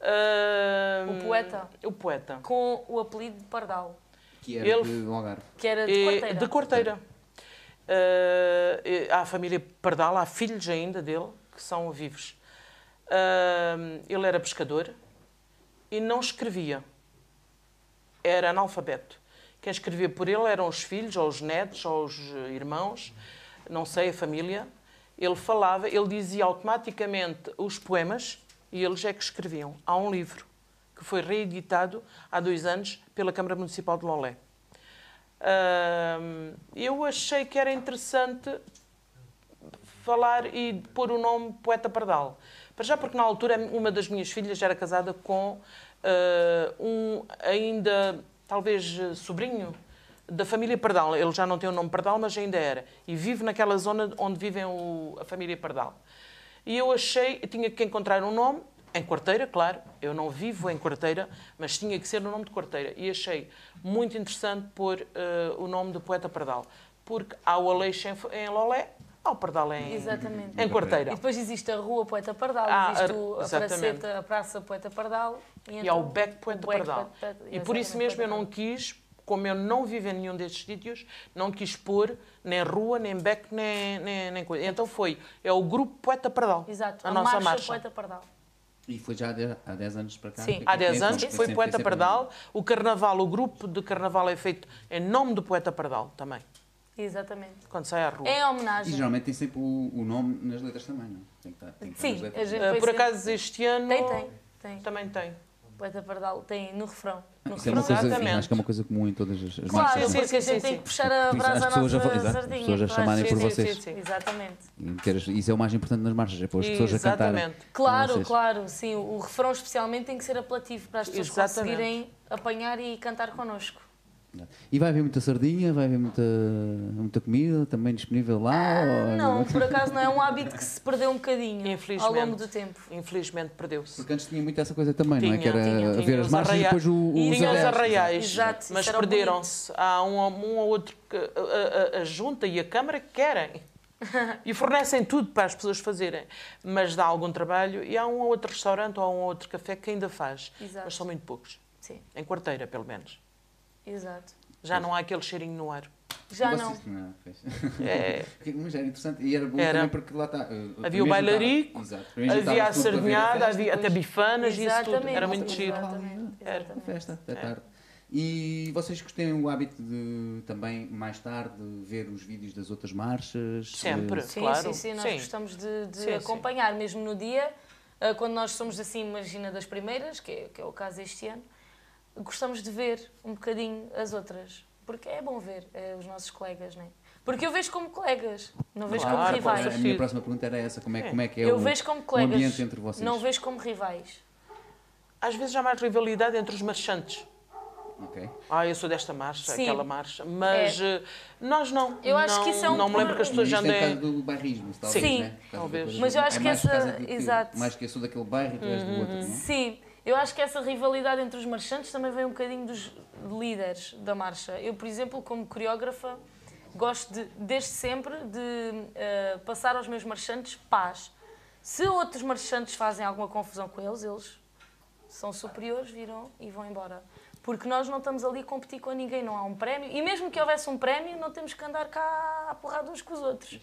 S2: Ahm,
S3: O poeta?
S2: O poeta.
S3: Com o apelido de Pardal,
S1: Que
S2: era Ele-
S1: de Algarve.
S3: que era de
S2: E-
S3: quarteira.
S2: Eh, É, De Corteira. Ah, e há a família Pardal, há filhos ainda dele que são vivos. Ahm, ele era pescador e não escrevia. Era analfabeto. Quem escrevia por ele eram os filhos, ou os netos, ou os eh, irmãos, não sei, a família. Ele falava, ele dizia automaticamente os poemas e eles é que escreviam. Há um livro que foi reeditado há dois anos pela Câmara Municipal de Lolé. Ahm, eu achei que era interessante falar e pôr o nome Poeta Pardal. Para já, porque na altura uma das minhas filhas era casada com ah, um ainda, talvez, eh, sobrinho da família Pardal. Ele já não tem o nome Pardal, mas ainda era. E vive naquela zona onde vivem o- a família Pardal. E eu achei, eu tinha que encontrar um nome, em quarteira, claro, eu não vivo em quarteira, mas tinha que ser o nome de quarteira. E achei muito interessante pôr eh, o nome do poeta Pardal. Porque há o Aleixo em, F- em Lolé, há o Pardal em,
S3: Exatamente.
S2: em
S3: E
S2: quarteira.
S3: depois existe a Rua Poeta Pardal,
S2: Ah,
S3: existe
S2: a-
S3: o- a,
S2: exatamente.
S3: Praceta, a Praça Poeta Pardal.
S2: E
S3: então
S2: há o Beck Poeta
S3: Beck
S2: Pardal.
S3: Poeta- Poeta-
S2: E por isso
S3: exatamente,
S2: mesmo eu
S3: Poeta
S2: não
S3: Pardal.
S2: quis, como eu não vivo em nenhum destes sítios, não quis pôr nem rua, nem Beck, nem, nem, nem coisa. Então foi, é o grupo Poeta Pardal,
S3: Exato,
S2: a, nossa marcha.
S3: Poeta Pardal.
S1: E foi já há dez- há 10 anos para cá?
S3: Sim,
S1: Que- é
S2: Há
S1: que
S2: 10
S1: esse
S2: anos
S1: nome?
S2: foi
S1: Sempre-
S2: Poeta
S1: sempre-
S2: Pardal. O carnaval, o grupo de carnaval é feito em nome do Poeta Pardal também,
S3: Exatamente.
S2: quando sai à rua. Eh,
S3: É em
S1: E
S3: homenagem.
S1: geralmente tem sempre o, o nome nas letras também, não? é? Tem que estar, tem que estar
S3: Sim,
S1: nas
S3: a
S1: letras.
S3: gente-
S2: Ah,
S3: Pois
S2: Por
S3: é.
S2: acaso este ano
S3: Tem, tem, tem.
S2: também tem.
S3: Poeta Pardal tem no refrão. No
S1: Isso é uma
S3: refrão.
S1: coisa,
S2: Exatamente.
S1: acho que é uma coisa comum em todas as, as
S3: Claro,
S1: marchas.
S2: sim,
S1: não é?
S3: porque a
S2: sim,
S3: gente tem
S2: sim.
S3: que puxar a
S1: Sim,
S3: brasa à
S1: As pessoas a
S3: nossa
S1: valorizar, as
S3: sardinha,
S1: pessoas a
S3: claro.
S1: chamarem
S3: Sim,
S1: por
S3: sim,
S1: vocês.
S2: sim, sim.
S3: Exatamente.
S1: E queres- Isso é o mais importante nas marchas, é para as pessoas a
S2: Exatamente.
S1: cantarem.
S3: Claro,
S1: Com vocês.
S3: claro, sim. O refrão especialmente tem que ser apelativo para as pessoas
S2: Exatamente.
S3: conseguirem apanhar e cantar connosco.
S1: E vai haver muita sardinha, vai haver muita, muita comida também disponível
S2: Ah,
S1: lá? ou-
S3: Não, por acaso não é um hábito que se perdeu um bocadinho ao
S2: Infelizmente.
S3: longo do tempo.
S2: Infelizmente perdeu-se.
S1: Porque antes tinha muito essa coisa também, não é?
S2: Tinha,
S1: Que era
S2: tinha, tinha
S1: ver as
S2: os
S1: marchas e
S2: arraia-
S1: depois o, os
S2: Tinha os
S1: arraiais.
S2: arraiais,
S3: Exato, isso
S2: mas
S3: era
S2: perderam-se. Há um, um ou outro que a, a- a junta e a Câmara que querem. E fornecem tudo para as pessoas fazerem. Mas dá algum trabalho e há um ou outro restaurante ou há um ou outro café que ainda faz.
S3: Exato.
S2: Mas são muito poucos.
S3: Sim,
S2: Em quarteira, pelo menos.
S3: exato.
S2: Já não há aquele cheirinho no ar.
S3: Já não.
S1: Vocês- não, pois.
S2: É,
S1: Mas era interessante e era bom
S2: Era.
S1: também porque lá está. uh,
S2: Havia
S1: primeiro
S2: o bailarico,
S1: juntava- Exato. Primeiro
S2: havia a
S1: juntava-se tudo para ver
S2: sardinhada,
S1: festa,
S2: havia até
S1: depois
S2: bifanas e isso tudo.
S3: Exatamente,
S2: Era muito giro.
S3: Exatamente,
S1: Era uma
S3: exatamente.
S1: festa da tarde. E vocês que têm o hábito de também, mais tarde, ver os vídeos das outras marchas?
S2: Sempre.
S1: de-
S3: Sim,
S2: Claro,
S3: sim, sim, nós
S2: sim.
S3: gostamos de, de
S2: Sim, sim.
S3: acompanhar, mesmo no dia, ah, quando nós somos assim, imagina das primeiras, que é, que é o caso este ano, gostamos de ver um bocadinho as outras, porque é bom ver eh, os nossos colegas, não é? Porque eu vejo como colegas, não vejo como
S2: Claro,
S1: Pois,
S2: claro.
S3: rivais.
S1: a minha próxima pergunta era essa: como é, como é que é
S3: eu
S1: o,
S3: vejo como
S1: o
S3: colegas,
S1: ambiente entre vocês?
S3: não vejo como rivais.
S2: Às vezes há mais rivalidade entre os marchantes.
S1: Ok.
S2: Ah, eu sou desta marcha,
S3: Sim. É.
S2: aquela marcha. Mas eh, nós não.
S3: Eu acho
S2: Não-
S3: que isso é um
S2: Não me lembro que as
S1: Mas
S2: pessoas
S1: isto é por causa
S2: andem.
S1: do bairrismo, talvez,
S3: Sim,
S1: né? Por causa da
S2: talvez.
S1: coisa-
S3: Mas eu acho
S1: é
S3: que
S1: mais por
S3: essa-
S1: causa do
S3: exato. Uhum.
S1: Mais que eu sou daquele bairro e tu és do outro, não é?
S3: Sim, eu acho que essa rivalidade entre os marchantes também vem um bocadinho dos líderes da marcha. Eu, por exemplo, como coreógrafa, gosto de, desde sempre de eh, passar aos meus marchantes paz. Se outros marchantes fazem alguma confusão com eles, eles são superiores, viram e vão embora. Porque nós não estamos ali a competir com ninguém, não há um prémio. E mesmo que houvesse um prémio, não temos que andar cá a porrada uns com os outros.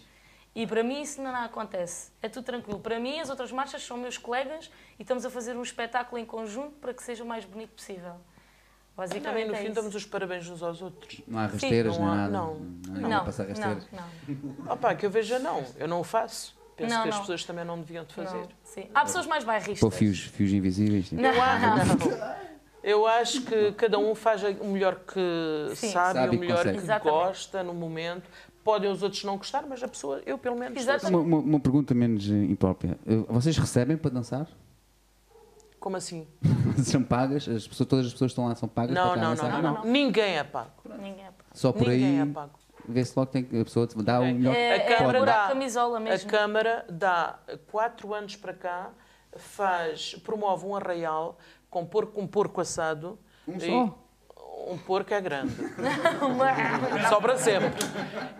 S3: E para mim isso não, não acontece. É tudo tranquilo. Para mim, as outras marchas são meus colegas e estamos a fazer um espetáculo em conjunto para que seja o mais bonito possível.
S2: Não, e
S3: Basicamente
S2: no
S3: é
S2: fim
S3: isso.
S2: damos os parabéns uns aos outros.
S1: Não há rasteiras
S2: não
S1: nem
S2: há-
S1: nada.
S2: não.
S1: há
S3: Não,
S1: nada para passar
S3: não,
S1: rasteiras.
S3: não.
S2: Opa, que eu veja, não. Eu não o faço. Penso
S3: Não,
S2: que as
S3: não.
S2: pessoas também não deviam de fazer.
S3: não. Sim. Há pessoas mais bairristas.
S1: Pô, fios, fios invisíveis. tipo.
S3: Não.
S2: Eu, a- eu acho que cada um faz a- o melhor que
S3: Sim.
S2: sabe,
S1: Sabe e
S2: o melhor que
S1: consegue.
S3: Exatamente.
S2: gosta no momento. Podem os outros não gostar, mas a pessoa, eu pelo menos, estou assim.
S3: Exatamente.
S1: Uma, uma- uma pergunta menos eh, imprópria. Eh, Vocês recebem para dançar?
S2: como assim?
S1: São pagas? As pessoas, todas as pessoas que estão lá são pagas para
S2: Não
S1: estar a
S2: não
S1: dançar?
S2: não, não, não. Ninguém é pago.
S3: Ninguém é pá.
S1: Só por
S2: Ninguém é
S1: aí
S2: pago.
S1: vê-se logo que tem que a pessoa te dá o melhor
S3: É,
S2: A
S1: que
S3: é
S1: pode.
S2: Câmara
S3: por
S2: dá-
S3: a camisola
S2: A
S3: mesmo.
S2: Câmara dá eh, quatro anos para cá, faz, promove um arraial com porco, um porco assado.
S1: Um
S2: e-
S1: só?
S2: Um porco é grande. só para sempre.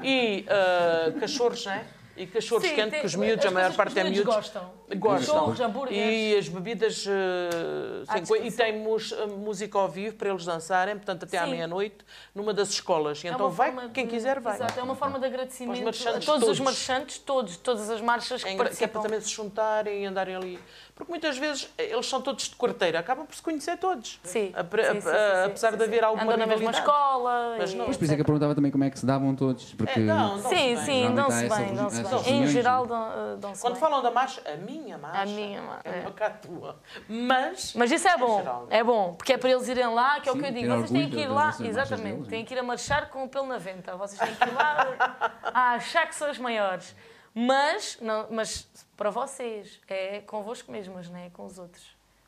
S2: E eh, cachorros, não é? E cachorros
S3: Sim,
S2: quentes,
S3: tem-
S2: que os miúdos, a
S3: as
S2: maior
S3: coisas que
S2: parte
S3: os
S2: é
S3: miúdos
S2: miúdos.
S3: gostam.
S2: Gostam.
S3: Cachorros, hambúrgueres. É
S2: E as bebidas. eh,
S3: À
S2: sem coi- e
S3: disposição.
S2: temos eh, música ao vivo para eles dançarem, portanto, até à
S3: Sim.
S2: meia-noite, numa das escolas. E
S3: É
S2: então
S3: uma
S2: vai,
S3: forma
S2: quem
S3: de-
S2: quiser vai.
S3: Exato, é uma forma de agradecimento
S2: Aos
S3: a
S2: marchantes
S3: todos,
S2: todos.
S3: os marchantes, todos, todas as marchas que
S2: É engra- que é para
S3: participam.
S2: também se juntarem e andarem ali. Porque muitas vezes eh, eles são todos de quarteira, acabam por se conhecer todos.
S3: Sim,
S2: Apre-
S3: sim, sim, sim,
S2: a-
S3: sim,
S2: apesar
S3: sim,
S2: de
S3: sim.
S2: haver alguma
S3: Andam na mesma
S2: rivalidade.
S3: escola.
S2: Mas
S3: e
S2: não.
S1: Mas por isso é que eu
S3: etc.
S1: perguntava também como é que se davam todos. Porque
S2: É, não, não.
S3: Sim,
S2: Dão-se
S3: sim,
S1: bem.
S3: dão-se
S1: Geralmente há
S3: bem,
S1: essas reuniões,
S3: dão-se bem. Em
S1: não é?
S3: geral, dão- eh, dão-se
S2: Quando
S3: bem.
S2: falam da marcha, a minha marcha.
S3: minha marcha,
S2: É
S3: é.
S2: um bocado tua. Mas.
S3: Mas isso é
S2: Em geral.
S3: bom, é bom, porque é para eles irem lá, que é o
S1: Sim,
S3: que eu digo.
S1: ter
S3: Vocês têm
S1: orgulho
S3: que ir
S1: das
S3: lá,
S1: nossas marchas
S3: exatamente,
S1: deles,
S3: têm que ir a marchar com o pelo na venta. Vocês têm que ir lá a achar que são os maiores. Mas, não, mas para vocês, é convosco mesmas, não é com os outros.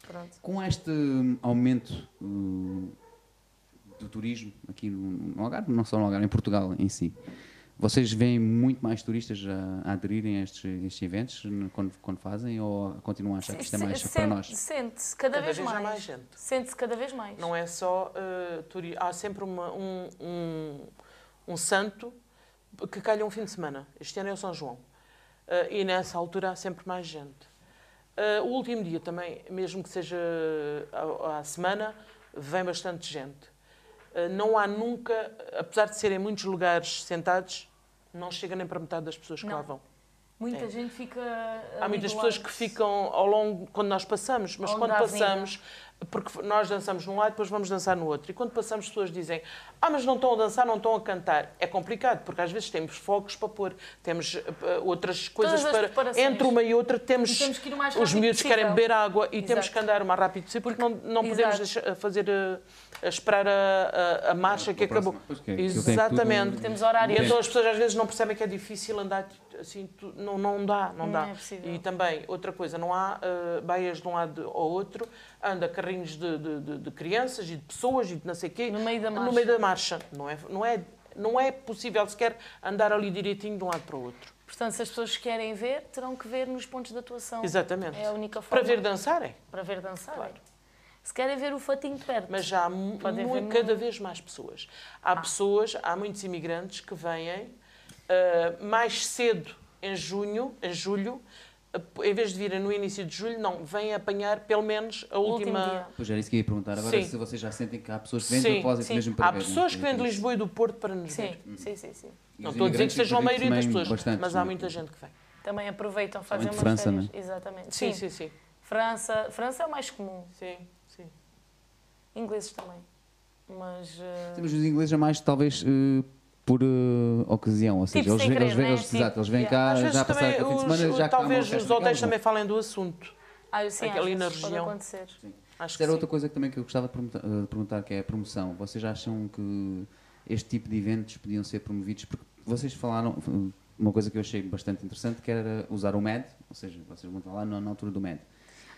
S3: Pronto.
S1: Com este hum, aumento hum, do turismo aqui no, no Algarve, não só no Algarve, em Portugal em si, vocês veem muito mais turistas a, a aderirem a estes, a estes eventos n- quando, quando fazem ou continuam a achar que isto é mais
S3: Se-
S1: para
S3: sente-
S1: nós?
S3: Sente-se cada,
S2: Cada
S3: vez,
S2: vez há
S3: mais.
S2: mais gente.
S3: Sente-se cada vez mais.
S2: Não é só eh, turi- Há sempre uma- um, um, um santo que calha um fim de semana. Este ano é o São João. Eh, e nessa altura há sempre mais gente. Eh, o último dia também, mesmo que seja eh, à, à semana, vem bastante gente. Eh, não há nunca, apesar de serem muitos lugares sentados, não chega nem para metade das pessoas que
S3: Não.
S2: lá vão.
S3: Muita
S2: É.
S3: gente fica.
S2: Há
S3: ali
S2: muitas
S3: do
S2: pessoas
S3: lado.
S2: que ficam ao longo, quando nós passamos, mas
S3: Ao longo
S2: quando
S3: da avenida.
S2: passamos, porque nós dançamos num lado, depois vamos dançar no outro. E quando passamos, as pessoas dizem: Ah, mas não estão a dançar, não estão a cantar. É complicado, porque às vezes temos fogos para pôr, temos eh, eh, outras coisas
S3: as
S2: para.
S3: preparações.
S2: Entre uma e outra, temos.
S3: E temos que ir o mais
S2: os
S3: rápido
S2: miúdos querem
S3: possível.
S2: beber água e temos
S3: Exato.
S2: que andar o mais rápido possível, porque não, não podemos
S3: Exato.
S2: deixar- fazer. eh, a esperar a, a- a marcha
S1: Ah,
S2: que
S1: para a
S2: acabou.
S1: próxima. Pois que é, aquilo tem tudo-
S2: Exatamente.
S3: Temos horário.
S2: E então as pessoas às vezes não percebem que é difícil andar assim, tu- não, não dá, não,
S3: Não
S2: dá.
S3: é possível.
S2: e também, outra coisa, não há eh, baias de um lado ao outro, anda carrinhos de, de- de- de crianças e de pessoas e de não sei o quê.
S3: No meio da marcha.
S2: No meio da marcha. Não é, não é, não é possível sequer andar ali direitinho de um lado para o outro.
S3: Portanto, se as pessoas querem ver, terão que ver nos pontos de atuação.
S2: Exatamente.
S3: É a única
S2: Para
S3: forma.
S2: ver dançarem.
S3: Para ver dançar.
S2: Claro.
S3: Se querem ver o fatinho de perto.
S2: Mas já há mu-
S3: Pode haver Ah.
S2: mu-
S3: muito.
S2: cada vez mais pessoas. Há pessoas, há muitos imigrantes que vêm ah, mais cedo em junho, em julho, ah, p- em vez de virem no início de julho, não, vêm apanhar pelo menos a
S3: o último
S2: última.
S3: dia.
S1: Pois era isso que eu ia perguntar. Agora,
S2: Sim.
S1: se vocês já sentem que há pessoas que vêm de
S2: Sim,
S1: propósito
S3: sim.
S1: mesmo para
S2: Há
S1: ver, não é?
S2: pessoas que vêm de Lisboa e do Porto para nos ver.
S3: Sim, sim, sim, sim.
S1: E os
S2: Não estou a dizer que
S1: imigrantes
S2: sejam a
S1: acredito
S2: maioria das
S1: também
S2: pessoas,
S1: bastantes,
S2: mas
S1: não
S2: há
S1: é?
S2: muita gente que vem.
S3: Também aproveitam, fazem
S1: de
S3: umas
S1: França, né?
S3: férias.
S1: não
S3: Exatamente.
S2: Sim, sim, sim.
S3: França, França é o mais comum.
S2: Sim, sim.
S3: Ingleses também. Mas. eh,
S1: Sim, mas os ingleses é mais, talvez, eh, por eh, ocasião. Ou seja,
S3: Tipo,
S1: eles,
S3: sem
S1: vêm- eles,
S3: querer,
S1: vêm-
S3: né?
S1: eles- exato,
S3: Tipo,
S1: eles vêm
S3: yeah.
S1: cá
S2: Às vezes
S1: Ah, já passar
S2: também,
S1: aqui o fim de
S2: os-
S1: semana, já acabam
S2: talvez
S1: o resto
S2: os
S1: da
S2: hotéis
S1: casa.
S2: também falem do assunto.
S3: Ah, eu sim,
S2: Aqui ali
S3: ali
S2: na
S3: na
S2: região.
S3: Pode acontecer.
S2: Acho
S1: Era
S2: que
S1: outra
S2: sim.
S1: coisa que também que eu gostava de pergunta- eh, de perguntar, que é a promoção. Vocês acham que este tipo de eventos podiam ser promovidos? Porque vocês falaram eh, uma coisa que eu achei bastante interessante, que era usar o MED, ou seja, vocês vão falar na, na altura do MED.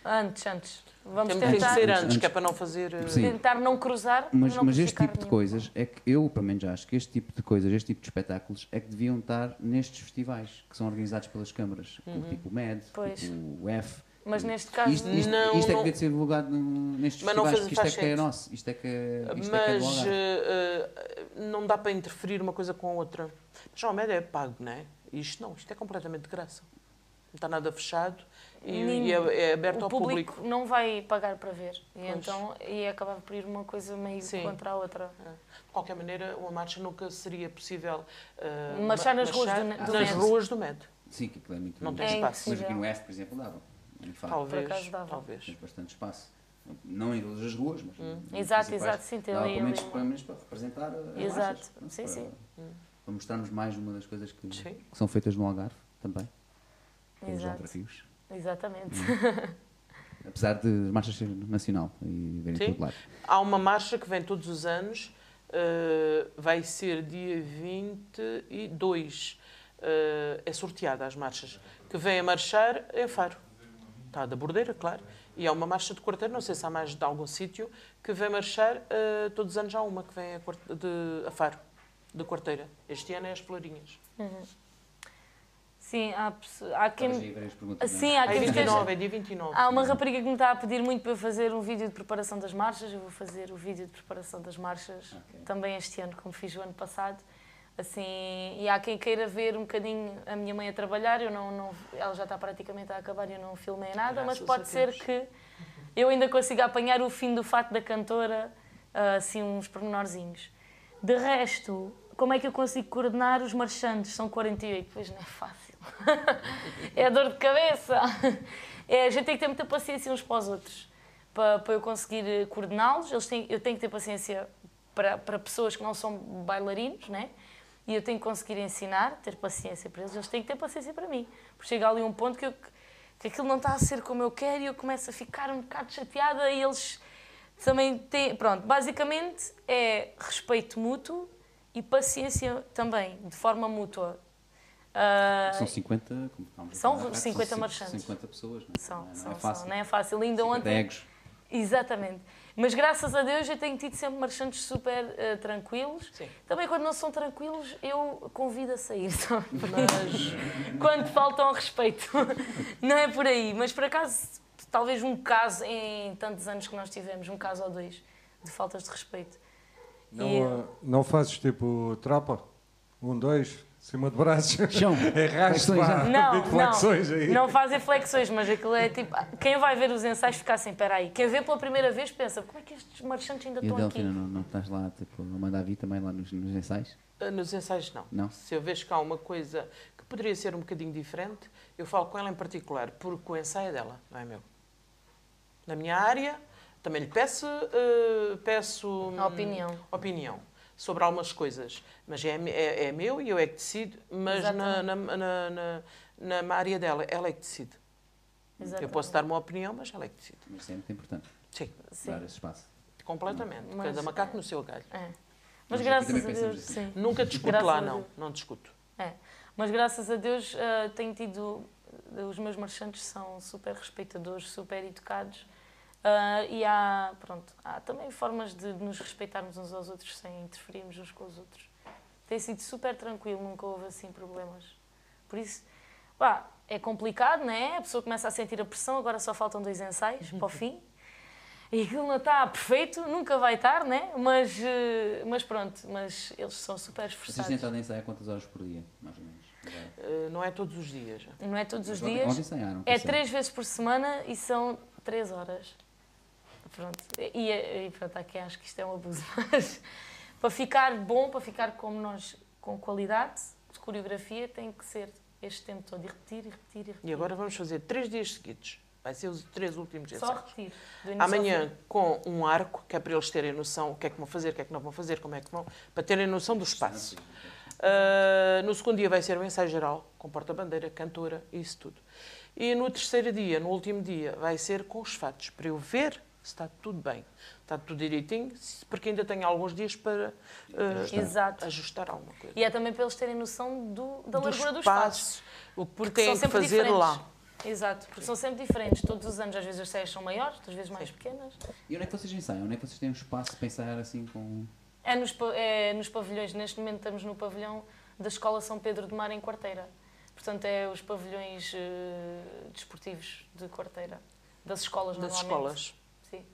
S3: Antes, antes. Vamos
S2: Temos que
S3: tentar,
S2: ser antes,
S1: Antes-
S2: que é para não fazer. eh,
S1: Sim.
S3: tentar não cruzar.
S1: Mas,
S3: não
S1: mas este
S3: prejudicar
S1: tipo de
S3: nenhum.
S1: coisas é que eu, pelo menos, acho que este tipo de coisas, este tipo de espetáculos, é que deviam estar nestes festivais que são organizados pelas câmaras,
S2: Uhum.
S1: como tipo o MED,
S3: Pois.
S1: tipo o F.
S3: Mas neste caso.
S1: isto, isto-
S2: Não,
S1: isto é
S2: não.
S1: que devia ser divulgado no- nestes
S2: Mas não
S1: festivais,
S2: faz-
S1: porque isto é
S2: faz
S1: que é
S2: sentido.
S1: nosso, isto é que, isto é, que é do
S2: Mas
S1: Algarve.
S2: eh, eh, não dá para interferir uma coisa com a outra. Já o médio é pago, não é? Isto não, isto é completamente de graça. Não está nada fechado e,
S3: Nem-
S2: e é, é aberto
S3: o
S2: ao público.
S3: público, não vai pagar para ver. E
S2: Pois.
S3: então ia acabar por ir uma coisa meio
S2: Sim.
S3: contra a outra.
S2: De qualquer maneira, uma marcha nunca seria possível eh,
S3: Marchar nas ruas do Ne-
S1: do
S2: nas
S1: Médio.
S2: ruas do Médio.
S1: Sim, que aquilo é muito
S2: Não tem
S3: É
S2: espaço.
S1: Mas aqui
S3: impossível.
S1: no F, por exemplo, dava. De facto,
S2: Talvez.
S3: Por acaso dava.
S2: talvez.
S1: tens bastante espaço. Não em todas as ruas, mas. nas
S3: Hum. Exato,
S1: principais,
S3: exato, sim, tem
S1: dava
S3: ali
S1: pelo menos,
S3: uma-
S1: pelo menos para representar. eh, as
S3: Exato,
S1: marchas, não é?
S3: sim,
S1: para,
S3: sim.
S1: Para mostrarmos mais uma das coisas que,
S2: Sim.
S1: que são feitas no Algarve também, pelos
S3: Exato.
S1: algarvios.
S3: Exatamente.
S1: Apesar de as marchas ser nacional e verem
S2: Sim.
S1: todo lado.
S2: Há uma marcha que vem todos os anos, eh, vai ser dia 22. eh, é sorteada as marchas. Que vem a marchar em Faro. Está da Bordeira, claro. E há uma marcha de quarteiro, não sei se há mais de algum sítio, que vem marchar eh, todos os anos há uma que vem a, quarte- de, a Faro, de quarteira. Este ano é as Florinhas.
S3: Sim, há, pesso-
S1: Estavas
S3: há
S1: aí
S3: quem.
S1: a ver as perguntas,
S3: Sim,
S1: não é?
S3: há
S2: É
S3: quem esteja.
S2: 29, é dia 29.
S3: Há uma rapariga que me está a pedir muito para eu fazer um vídeo de preparação das marchas. Eu vou fazer o vídeo de preparação das marchas também este ano, como fiz o ano passado. Assim, e há quem queira ver um bocadinho a minha mãe a trabalhar. Eu não, não, ela já está praticamente a acabar e eu não filmei nada, mas
S2: Graças a
S3: pode ser
S2: Deus.
S3: que eu ainda consiga apanhar o fim do fato da cantora, ah, assim, uns pormenorzinhos. De resto, como é que eu consigo coordenar os marchantes? São 48, pois não é fácil. é dor de cabeça. É, a gente tem que ter muita paciência uns para os outros, para, para eu conseguir eh, coordená-los. Eles têm- Eu tenho que ter paciência para, para pessoas que não são bailarinos, né? E eu tenho que conseguir ensinar, ter paciência para eles. Eles têm que ter paciência para mim. Porque chega ali um ponto que eu que aquilo não está a ser como eu quero e eu começo a ficar um bocado chateada e eles também têm. Pronto, basicamente é respeito mútuo e paciência também, de forma mútua. Ah,
S1: São 50, como estávamos a
S3: São
S1: falar há bocado,
S3: 50
S1: cinco-
S3: marchantes.
S1: 50 pessoas, não é?
S3: são,
S1: Não é- não
S3: são,
S1: é
S3: são,
S1: fácil.
S3: não é fácil. Ainda
S1: 50
S3: ontem.
S1: egos.
S3: Exatamente. Mas graças a Deus eu tenho tido sempre marchantes super ah, tranquilos.
S2: Sim.
S3: Também quando não são tranquilos, eu convido a sair. sabe?
S2: Mas
S3: quando faltam ao respeito. Não é por aí, mas por acaso, talvez um caso em tantos anos que nós tivemos, um caso ou dois, de faltas de respeito.
S4: Não,
S3: E-
S4: ah, não fazes tipo tropa? Um, dois, cima de braços.
S1: Chão.
S4: Erraste,
S1: Flexões,
S4: pá.
S1: já.
S3: Não,
S4: flexões aí.
S3: não, não fazem flexões, mas aquilo é tipo. Quem vai ver os ensaios fica assim, peraí. Quem vê pela primeira vez pensa, como é que estes marchantes ainda
S1: E a
S3: estão aqui?
S1: Delfina, não, não estás lá, tipo, não manda a vir também lá nos, nos ensaios?
S2: Ah, Nos ensaios, não.
S1: Não?
S2: Se eu vejo que há uma coisa que poderia ser um bocadinho diferente, eu falo com ela em particular, porque o ensaio é dela, não é meu. Na minha área, também lhe peço, eh, peço
S3: A
S2: hum,
S3: opinião.
S2: opinião sobre algumas coisas. Mas é, me- é, é meu e eu é que decido, mas na, na, na, na, na área dela, ela é que decide. Eu
S3: Exatamente.
S2: posso dar uma opinião, mas ela é que decide.
S1: Mas é muito importante
S2: Sim,
S3: Sim,
S1: dar esse espaço.
S2: completamente.
S3: Mas-
S2: Cada macaco no seu galho.
S3: é.
S1: Nós
S3: Mas
S1: aqui
S3: graças a
S1: também pensamos
S3: Deus,
S1: assim.
S3: sim.
S2: Nunca discuto
S3: Graças
S2: lá,
S3: a
S2: não.
S3: Deus.
S2: Não discuto.
S3: É. Mas graças a Deus ah, tenho tido. eh, Os meus marchantes são super respeitadores, super educados. Ah, e há, pronto, há também formas de nos respeitarmos uns aos outros sem interferirmos uns com os outros. Tem sido super tranquilo, nunca houve assim problemas. Por isso, pá, é complicado, né? A pessoa começa a sentir a pressão, agora só faltam dois ensaios para o fim. E aquilo não está perfeito, nunca vai estar, né? Mas, eh, mas pronto, mas eles são super
S1: Vocês
S3: esforçados.
S1: tentaram ensaiar quantas horas por dia, mais ou menos? Agora.
S2: Eh, não é todos os dias.
S3: Não é todos os
S1: Ontem-
S3: dias.
S1: Ontem ensaiaram.
S3: É
S1: pensei.
S3: três vezes por semana e são três horas. Pronto. E, e pronto, há quem acha que isto é um abuso, mas para ficar bom, para ficar como nós, com qualidade de coreografia, tem que ser este tempo todo e repetir e repetir e repetir.
S2: E agora vamos fazer três dias seguidos. Vai ser os três últimos
S3: Só
S2: ensaios.
S3: repetir. do início ao
S2: Amanhã com um arco, que é para eles terem noção o que é que vão fazer, o que é que não vão fazer, como é que vão, para terem noção do espaço. Ah, no segundo dia vai ser o ensaio geral, com porta-bandeira, cantora, isso tudo. E no terceiro dia, no último dia, vai ser com os fatos, para eu ver se está tudo bem, está tudo direitinho, se- porque ainda tenho alguns dias para ah,
S3: fim. Exato.
S2: ajustar alguma coisa.
S3: E é também para eles terem noção do, da
S2: Do
S3: largura dos passos.
S2: espaço, o que
S3: Porque
S2: têm
S3: são
S2: que
S3: sempre
S2: fazer
S3: diferentes.
S2: lá.
S3: Exato, porque são sempre diferentes. Todos os anos, às vezes as saias são maiores, outras vezes mais pequenas.
S1: E onde é que vocês ensaiam? Onde é que vocês têm um espaço para ensaiar assim com.
S3: É nos, pa- é nos pavilhões. Neste momento estamos no pavilhão da Escola São Pedro de Mar em Quarteira. Portanto, é os pavilhões eh, desportivos de Quarteira. Das escolas,
S2: das
S3: normalmente.
S2: escolas.
S3: Sim.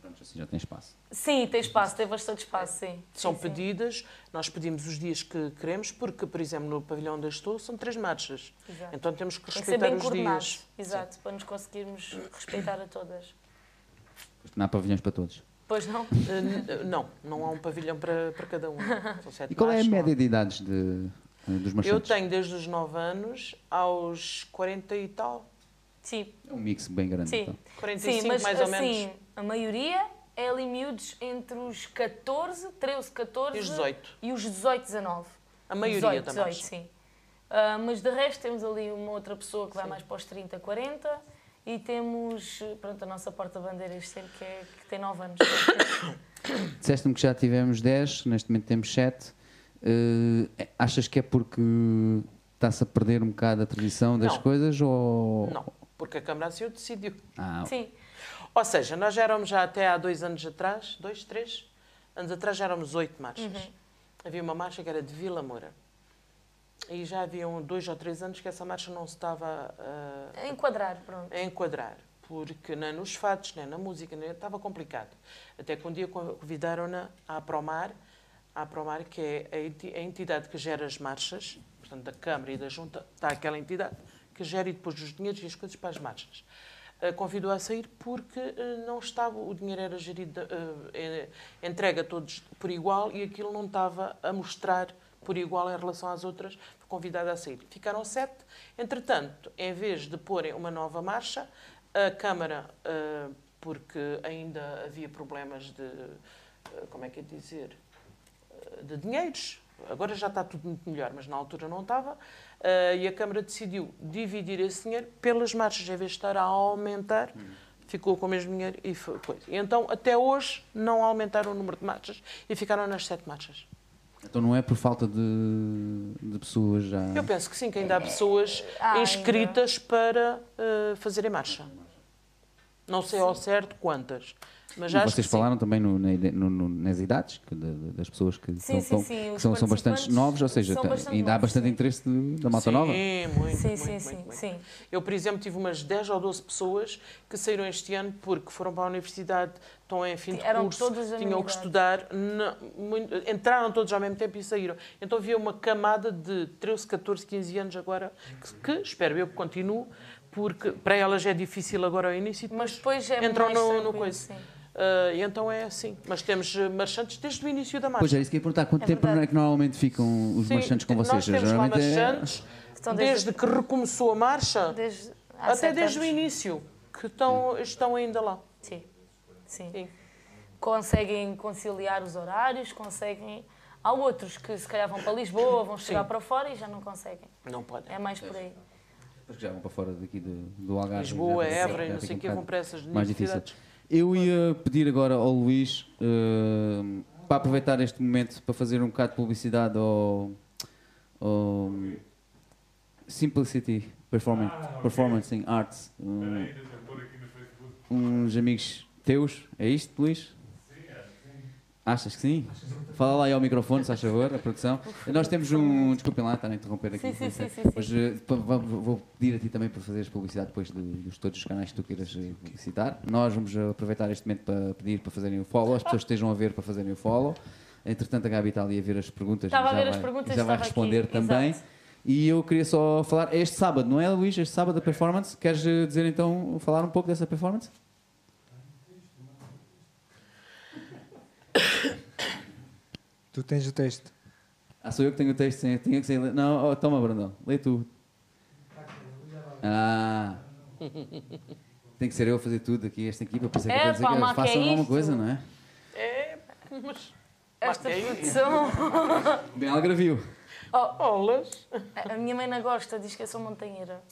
S1: Pronto, assim já tem espaço.
S3: Sim, tem espaço, tem bastante espaço, sim.
S2: É. São
S3: Sim, sim.
S2: pedidas, nós pedimos os dias que queremos, porque, por exemplo, no pavilhão onde eu estou, são três marchas.
S3: Exato.
S2: Então temos que
S3: Tem que ser
S2: respeitar
S3: bem
S2: os
S3: coordenados.
S2: dias.
S3: Exato, para nos conseguirmos respeitar a todas.
S1: Não há pavilhões para todos.
S3: Pois não?
S2: Eh, n- não, não há um pavilhão para, para cada um. São sete
S1: E qual é a
S2: marchas, não há.
S1: média de idades de, eh, dos
S2: Eu
S1: marchantes?
S2: tenho desde os 9 anos aos 40 e tal,
S3: Sim,
S1: É um mix bem grande.
S3: sim.
S1: então.
S2: 45
S3: Sim, mas
S2: mais ou
S3: assim,
S2: menos,
S3: a maioria é ali miúdos entre os 14, 13, 14
S2: e os 18.
S3: e os 18, 19.
S2: A maioria
S3: 18,
S2: da
S3: 18,
S2: marcha.
S3: sim. Ah, mas de resto temos ali uma outra pessoa que vai
S2: Sim.
S3: mais para os 30, 40 e temos, pronto, a nossa porta-bandeira este ano que, é, que tem 9 anos.
S1: Disseste-me que já tivemos 10, neste momento temos 7. achas que é porque está-se a perder um bocado a tradição das
S2: Não.
S1: coisas? Ou...
S2: Não, porque a Câmara assim o decidiu.
S1: Ah,
S3: sim,
S2: Ou seja, nós já éramos já até há dois anos atrás, dois, três anos atrás, já éramos oito marchas. Havia uma marcha que era de Vila Moura. E já haviam dois ou três anos que essa marcha não se estava ah,
S3: a enquadrar, pronto.
S2: a É enquadrar, porque nem nos fatos, nem na música, nem, estava complicado. Até que um dia convidaram-na à Promar, à Promar, que é a enti- a entidade que gera as marchas, portanto, da Câmara e da Junta, está aquela entidade que gera e depois os dinheiros e as coisas para as marchas. Ah, Convidou a sair porque ah, não estava, o dinheiro era gerido, ah, eh, entregue a todos por igual e aquilo não estava a mostrar por igual em relação às outras, foi convidada a sair. Ficaram sete. Entretanto, em vez de porem uma nova marcha, a Câmara, eh, porque ainda havia problemas de, eh, como é que é dizer, eh, de dinheiros, agora já está tudo muito melhor, mas na altura não estava, eh, e a Câmara decidiu dividir esse dinheiro pelas marchas, em vez de estar a aumentar, ficou com o mesmo dinheiro e foi coisa. E então, até hoje, não aumentaram o número de marchas e ficaram nas sete marchas.
S1: Então não é por falta de, de pessoas já.
S2: Eu penso que sim, que ainda há pessoas
S3: Ah,
S2: inscritas para eh, fazerem marcha. Não sei ao certo quantas, mas
S1: E
S2: acho
S1: vocês
S2: que
S1: falaram também no- na ide- no- no- nas idades que de- de- das pessoas que, estão-
S3: Sim, sim,
S1: estão-
S3: sim,
S1: que
S3: os
S1: são, são bastante
S3: participantes
S1: novos, ou seja,
S3: são
S1: tá-
S3: bastante
S1: ainda há
S3: novos,
S1: bastante
S3: sim.
S1: interesse de- da
S2: sim.
S1: malta
S2: sim,
S1: nova.
S2: Muito,
S3: Sim,
S2: muito,
S3: sim,
S2: muito,
S3: sim,
S2: muito.
S3: sim.
S2: Eu, por exemplo, tive umas 10 ou 12 pessoas que saíram este ano porque foram para a universidade, estão em fim de
S3: Eram
S2: curso,
S3: todas da
S2: tinham
S3: minha
S2: que
S3: idade.
S2: estudar, não- muito- entraram todos ao mesmo tempo e saíram. Então havia uma camada de 13, 14, 15 anos agora, que, que espero eu que continue, porque para elas é difícil agora ao início,
S3: Mas depois é
S2: entram
S3: mais
S2: no- no
S3: tranquilo,
S2: coisa.
S3: sim.
S2: Ah, e então é assim. Mas temos eh, marchantes desde o início da
S1: Pois
S2: marcha.
S1: era isso que eu ia perguntar, quanto
S3: É
S1: tempo
S3: verdade.
S1: é que normalmente ficam os
S2: Sim,
S1: marchantes com vocês?
S2: Nós temos lá
S1: Geralmente é-
S2: marchantes
S3: Estão
S2: desde que recomeçou a marcha
S3: desde, há
S2: até
S3: sete
S2: desde o
S3: anos.
S2: início que estão, estão ainda lá.
S3: Sim. Sim.
S2: Sim.
S3: Conseguem conciliar os horários, conseguem. Há outros que se calhar vão para Lisboa, vão chegar
S2: Sim.
S3: para fora e já não conseguem.
S2: Não podem.
S3: É mais por aí.
S1: Porque já vão para fora daqui do, do Algarve.
S2: Lisboa,
S1: já- já
S2: Évora e
S1: fica
S2: não sei
S1: um
S2: o que
S1: bocado
S2: vão para essas
S1: mais difícil.
S2: universidades.
S1: Eu ia pedir agora ao Luís eh, para aproveitar este momento para fazer um bocado de publicidade ao, Um, Simplicity Performance, Performance in Arts. Um, uns amigos teus, é isto, Luís? Achas que sim? Fala lá aí ao microfone, se faz favor, a produção. Nós temos um. Desculpem lá, estar a interromper aqui.
S3: Sim, sim, sim, sim,
S1: Mas eh, pa- va- vou pedir a ti também para fazeres publicidade depois de- dos todos os canais que tu queiras eh, publicitar. Nós vamos eh, aproveitar este momento para pedir para fazerem o follow, as pessoas que estejam a ver para fazerem o follow. Entretanto, a Gabi está ali a ver as perguntas.
S3: Estava
S1: e
S3: a
S1: já
S3: ver
S1: vai,
S3: as perguntas,
S1: e Já vai
S3: estava aqui,
S1: responder também.
S3: exato.
S1: E eu queria só falar, este sábado, não é, Luís? Este sábado a performance. Queres eh, dizer então, falar um pouco dessa performance?
S6: Tu tens o texto.
S1: Ah, sou eu que tenho o texto, sim. Tinha que ser. Não, oh, toma, Brandão, lê tu. Ah. Tem que ser eu a fazer tudo aqui, esta equipa, por isso é que eu
S3: É,
S1: estou a dizer
S3: pá,
S1: que
S3: mas
S1: eles
S3: que é
S1: façam alguma
S3: isto?
S1: coisa, não é?
S2: É, mas. é
S3: Esta
S2: Marquei.
S3: produção.
S1: Bem, ela graviu.
S3: Oh,
S2: Olas.
S3: A a minha mãe não gosta, diz que eu sou montanheira.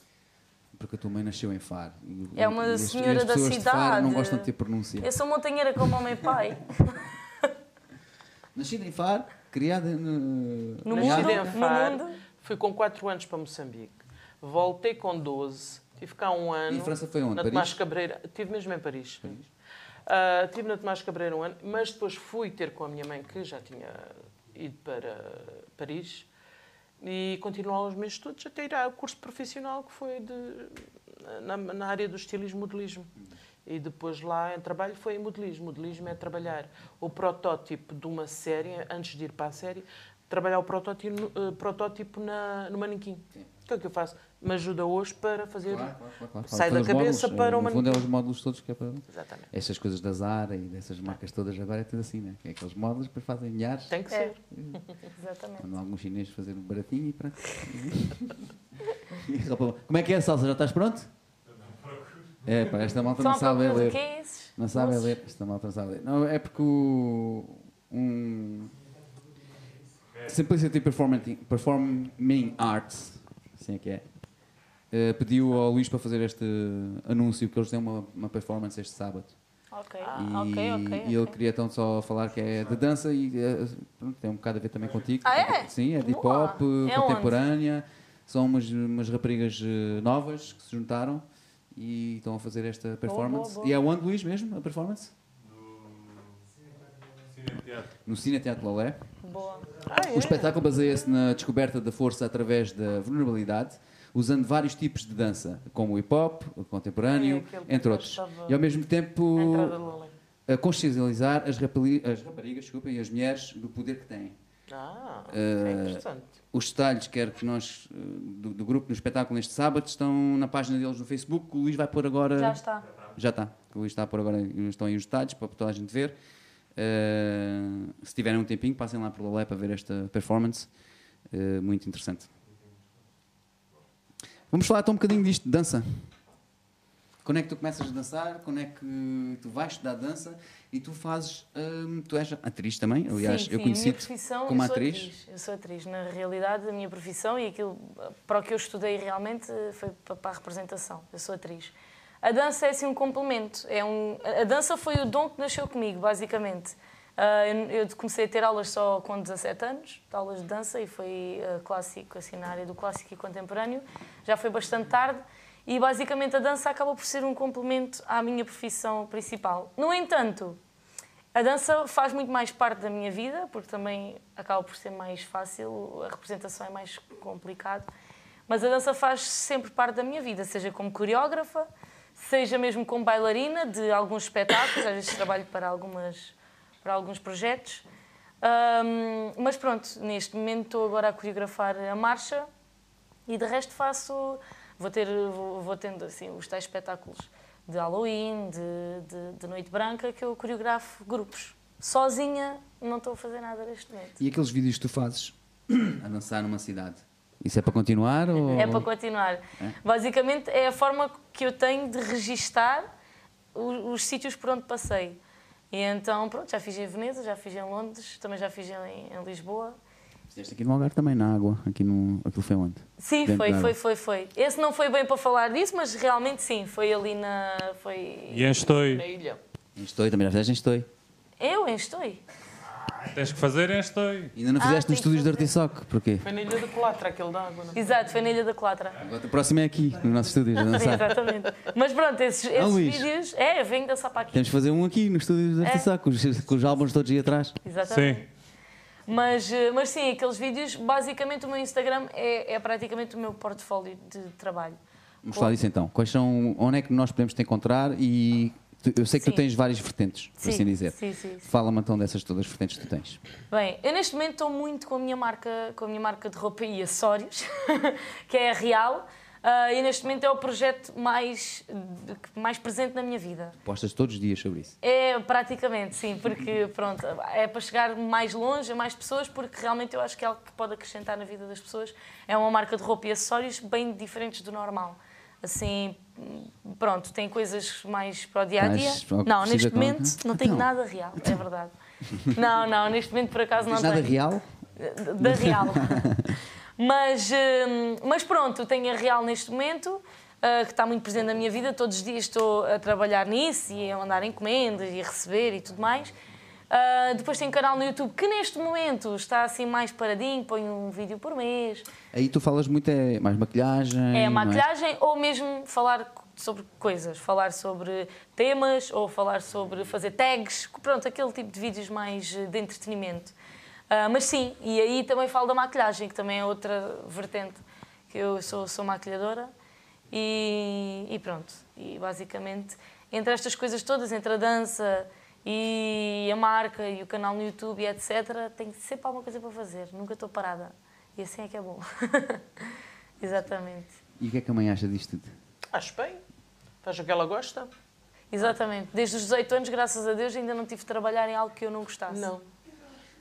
S1: Porque a tua mãe nasceu em Faro. E-
S3: É uma
S1: e as- e as
S3: senhora da
S1: pessoas de Faro não
S3: cidade.
S1: gostam de ter pronúncia.
S3: Eu sou montanheira como o meu pai.
S1: Nascida em Faro, criada no. criada-
S3: No
S2: Nascida
S3: mundo?
S2: em
S3: No
S2: Faro,
S3: mundo?
S2: fui com 4 anos para Moçambique. Voltei com 12, tive cá um ano.
S1: E França foi onde?
S2: Na
S1: Paris?
S2: Tomás Cabreira, estive mesmo em Paris. Ah, estive na Tomás Cabreira um ano, mas depois fui ter com a minha mãe, que já tinha ido para Paris, e continuar os meus estudos até ir ao curso profissional, que foi de, na, na área do estilismo e modelismo. E depois lá em trabalho foi em modelismo. Modelismo é trabalhar o protótipo de uma série, antes de ir para a série, trabalhar o protótipo, no- eh, protótipo na, no manequim. O que é que eu faço? Me ajuda hoje para fazer
S1: Claro, claro, claro, claro.
S2: Sai da
S1: Fazer os
S2: cabeça
S1: módulos,
S2: para
S1: eh,
S2: o
S1: No fundo é
S2: manequim.
S1: os módulos todos que é para.
S2: Exatamente.
S1: Estas coisas da Zara e dessas marcas todas agora é tudo assim, né? É aqueles módulos, depois fazem milhares.
S2: Tem que
S3: É.
S2: ser.
S3: Exatamente.
S1: Mandam alguns chineses fazer um baratinho e pronto. E rapaz, Como é que é, Salsa? Já estás pronto? É, pá, esta malta
S3: São
S1: não
S3: à
S1: sabe
S3: procura do que
S1: ler.
S3: é esses?
S1: Não sabe
S3: Doces?
S1: ler. Esta malta não sabe ler. Não, é porque o. Um. Simplicity Performing, Performing Arts, assim é que é, eh, pediu ao Luís para fazer este anúncio, porque eles têm uma, uma performance este sábado.
S3: Ok,
S1: e,
S3: Ah, ok,
S1: e
S3: ok.
S1: ele
S3: ok.
S1: queria então só falar que é de dança e eh, pronto, tem um bocado a ver também contigo.
S3: Ah, é?
S1: Sim, é de hip
S3: Boa.
S1: hop,
S3: É
S1: contemporânea. São umas, umas raparigas eh, novas que se juntaram e estão a fazer esta performance.
S3: boa.
S1: E é onde, Luís, mesmo, a performance? No Cine Teatro Lolé.
S3: Boa.
S2: Ah,
S1: O
S2: é?
S1: espetáculo baseia-se na descoberta da força através da vulnerabilidade, usando vários tipos de dança, como o hip-hop, o
S2: É,
S1: contemporâneo,
S2: aquele que
S1: entre
S2: eu
S1: outros.
S2: estava-
S1: E ao mesmo tempo
S2: A entrada do Lolé.
S1: a consciencializar as, rapali- as raparigas desculpem, e as mulheres do poder que têm.
S2: Ah,
S1: Eh,
S2: é interessante.
S1: Os detalhes, quero que nós, eh, do, do grupo, do espetáculo neste sábado, estão na página deles no Facebook. O Luís vai pôr agora.
S3: Já está.
S1: Já está. O Luís está a pôr agora, estão aí os detalhes para toda a gente ver. Eh, se tiverem um tempinho, passem lá pelo Lolé para ver esta performance. Eh, muito interessante. Vamos falar então um bocadinho disto de dança. Quando é que tu começas a dançar? Quando é que tu vais estudar dança? E tu fazes. hum, tu és atriz também, aliás, eu
S3: Sim, sim, a minha
S1: conheci-te
S3: profissão,
S1: como
S3: eu sou
S1: atriz.
S3: Eu sou atriz. Na realidade, a minha profissão e aquilo eh, para o que eu estudei realmente eh, foi pa- para a representação. Eu sou atriz. A dança é assim um complemento. É um, a a dança foi o dom que nasceu comigo, basicamente. Ah, eu, eu comecei a ter aulas só com 17 anos, de aulas de dança, e foi ah, clássico, assim, na área do clássico e contemporâneo. Já foi bastante tarde. E basicamente a dança acaba por ser um complemento à minha profissão principal. No entanto, a dança faz muito mais parte da minha vida, porque também acaba por ser mais fácil, a representação é mais complicado, mas a dança faz sempre parte da minha vida, seja como coreógrafa, seja mesmo como bailarina de alguns espetáculos, às vezes trabalho para algumas para alguns projetos. Ahm, mas pronto, neste momento estou agora a coreografar a marcha e de resto faço. Vou, ter, vou, vou tendo assim, os tais espetáculos de Halloween, de, de, de Noite Branca, que eu coreografo grupos. Sozinha não estou a fazer nada neste momento.
S1: E aqueles vídeos que tu fazes a dançar numa cidade. Isso é para continuar? Ou...
S3: É para continuar. Basicamente é a forma que eu tenho de registar o- os, sítios por onde passei. E então, pronto, já fiz em Veneza, já fiz em Londres, também já fiz em, em Lisboa.
S1: Fizeste aqui no Algarve também, na água. Aqui no... Aquilo foi onde?
S3: Sim,
S1: Dentro
S3: foi,
S1: da água.
S3: foi, foi, foi. Esse não foi bem para falar disso, mas realmente sim, foi ali na. Foi.
S7: E em Estoi,
S2: Na ilha.
S1: Em Estoi, também já fizeste em Estoi.
S3: Eu em Estoi.
S7: Tens que fazer este aí.
S1: Ainda não
S3: Ah,
S1: fizeste
S3: tem
S1: nos estúdios
S3: que
S1: de Dirty Sock, porquê?
S2: Foi na Ilha do Colatra, aquele da água. Não? é?
S3: Exato, foi na Ilha da Colatra.
S1: O próximo é aqui, no nosso estúdio, a
S3: Sim,
S1: dançar.
S3: exatamente. Mas pronto, esses, esses
S1: Ah, Luís.
S3: vídeos. É, vem dançar para aqui.
S1: Temos que fazer um aqui, no estúdio de Dirty
S3: É.
S1: Sock, com os, com os álbuns todos aí atrás.
S3: Exatamente.
S7: Sim.
S3: Mas, eh, mas sim, aqueles vídeos, basicamente o meu Instagram é, é praticamente o meu portfólio de trabalho.
S1: Vamos
S3: Com-
S1: falar disso então. Quais são, onde é que nós podemos te encontrar e tu- eu sei que
S3: Sim.
S1: tu tens várias vertentes, por
S3: Sim,
S1: assim dizer.
S3: sim, sim, sim.
S1: Fala-me então dessas todas as vertentes que tu tens.
S3: Bem, eu neste momento estou muito com a minha marca, com a minha marca de roupa e acessórios, que é a Real. Ah, e neste momento é o projeto mais, de- que- mais presente na minha vida.
S1: Postas todos os dias sobre isso.
S3: É, praticamente, sim, porque pronto, é para chegar mais longe, a mais pessoas, porque realmente eu acho que é algo que pode acrescentar na vida das pessoas. É uma marca de roupa e acessórios bem diferentes do normal. Assim, pronto, tem coisas mais para o dia a dia.
S1: Mas, ó,
S3: Não,
S1: precisa
S3: neste
S1: com-
S3: momento não tenho
S1: Então.
S3: nada real, é verdade. Não, não, neste momento por acaso não
S1: Tens nada
S3: tenho
S1: real?
S3: da Real. mas, hum, mas pronto, tenho a Real neste momento, ah, que está muito presente na minha vida. Todos os dias estou a trabalhar nisso e a mandar encomendas e a receber e tudo mais. Ah, depois tenho canal no YouTube que neste momento está assim mais paradinho, ponho um vídeo por mês.
S1: Aí tu falas muito é mais maquilhagem.
S3: É a
S1: não
S3: maquilhagem ou mesmo falar sobre coisas, falar sobre temas ou falar sobre fazer tags, pronto, aquele tipo de vídeos mais eh, de entretenimento. Ah, mas sim, e aí também falo da maquilhagem, que também é outra vertente, que eu sou, sou maquilhadora e, e pronto. E basicamente, entre estas coisas todas, entre a dança e a marca e o canal no YouTube e etc, tenho sempre alguma coisa para fazer, nunca estou parada. E assim é que é bom. Exatamente.
S1: E o que é que a mãe acha disto tudo?
S2: Ah, Acho bem. Faz o que ela gosta?
S3: Exatamente. Desde os 18 anos, graças a Deus, ainda não tive de trabalhar em algo que eu não gostasse.
S2: Não.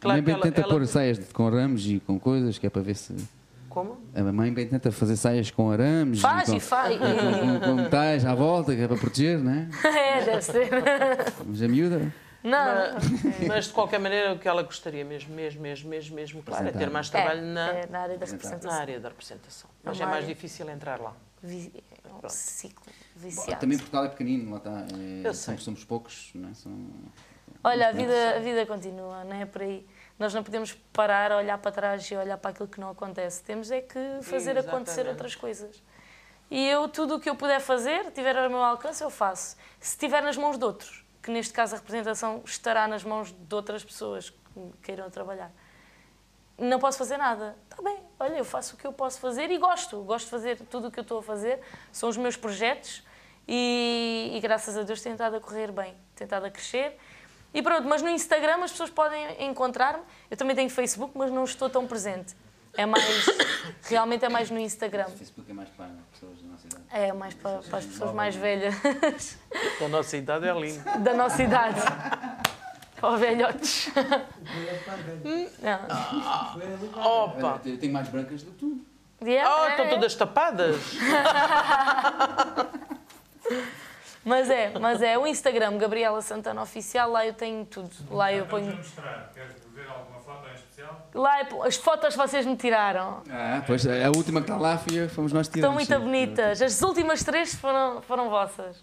S1: a mãe
S2: que
S1: bem tenta
S2: ela-
S1: pôr saias de- com ramos e com coisas, que é para ver se.
S2: Como?
S1: A mãe bem tenta fazer saias com arames
S3: Faz
S1: e com,
S3: e faz.
S1: com, com metais à volta, que é para proteger, né?
S3: é, deve ser.
S1: Mas a miúda.
S3: Não.
S2: Mas, mas, de qualquer maneira, é o que ela gostaria mesmo, mesmo, mesmo, mesmo, mesmo, claro, é ter mais trabalho
S3: é,
S2: na,
S3: é, na área da
S2: na
S3: representação.
S2: área da representação. Mas
S3: Uma
S2: é mais
S3: área.
S2: difícil entrar lá.
S3: Vi- É um ciclo viciado.
S1: Também Portugal é pequenino, lá está. É,
S2: Eu sei.
S1: somos, somos poucos, não é? São-
S3: Então. Olha, a vida, a vida continua, não é por aí. Nós não podemos parar, olhar para trás e olhar para aquilo que não acontece. Temos é que fazer acontecer
S2: Exatamente.
S3: outras coisas. E eu, tudo o que eu puder fazer, tiver ao meu alcance, eu faço. Se tiver nas mãos de outros, que neste caso a representação estará nas mãos de outras pessoas que queiram trabalhar. Não posso fazer nada. Está bem, olha, eu faço o que eu posso fazer e gosto. Gosto de fazer tudo o que eu estou a fazer. São os meus projetos e, e graças a Deus tem estado a correr bem, tem estado a crescer. E pronto, mas no Instagram as pessoas podem encontrar-me. Eu também tenho Facebook, mas não estou tão presente. É mais, realmente é mais no Instagram.
S1: Facebook é mais para as pessoas da nossa idade.
S3: É, mais para, para as pessoas mais velhas
S2: Da nossa idade é lindo.
S3: da nossa idade. Ou velhotes. Hum, Não.
S2: Opa!
S1: Eu tenho mais brancas do que tu.
S2: Oh,
S3: Yeah,
S2: estão
S3: é.
S2: todas tapadas!
S3: Mas é, mas é o Instagram, Gabriela Santana Oficial, lá eu tenho tudo. Lá eu ponho.
S7: mostrar. Queres ver alguma foto em especial?
S3: Lá eu ponho- as fotos que vocês me tiraram.
S1: Ah, pois a última que está lá foi- fomos nós tirar.
S3: Estão muito bonitas. As últimas três foram, foram vossas.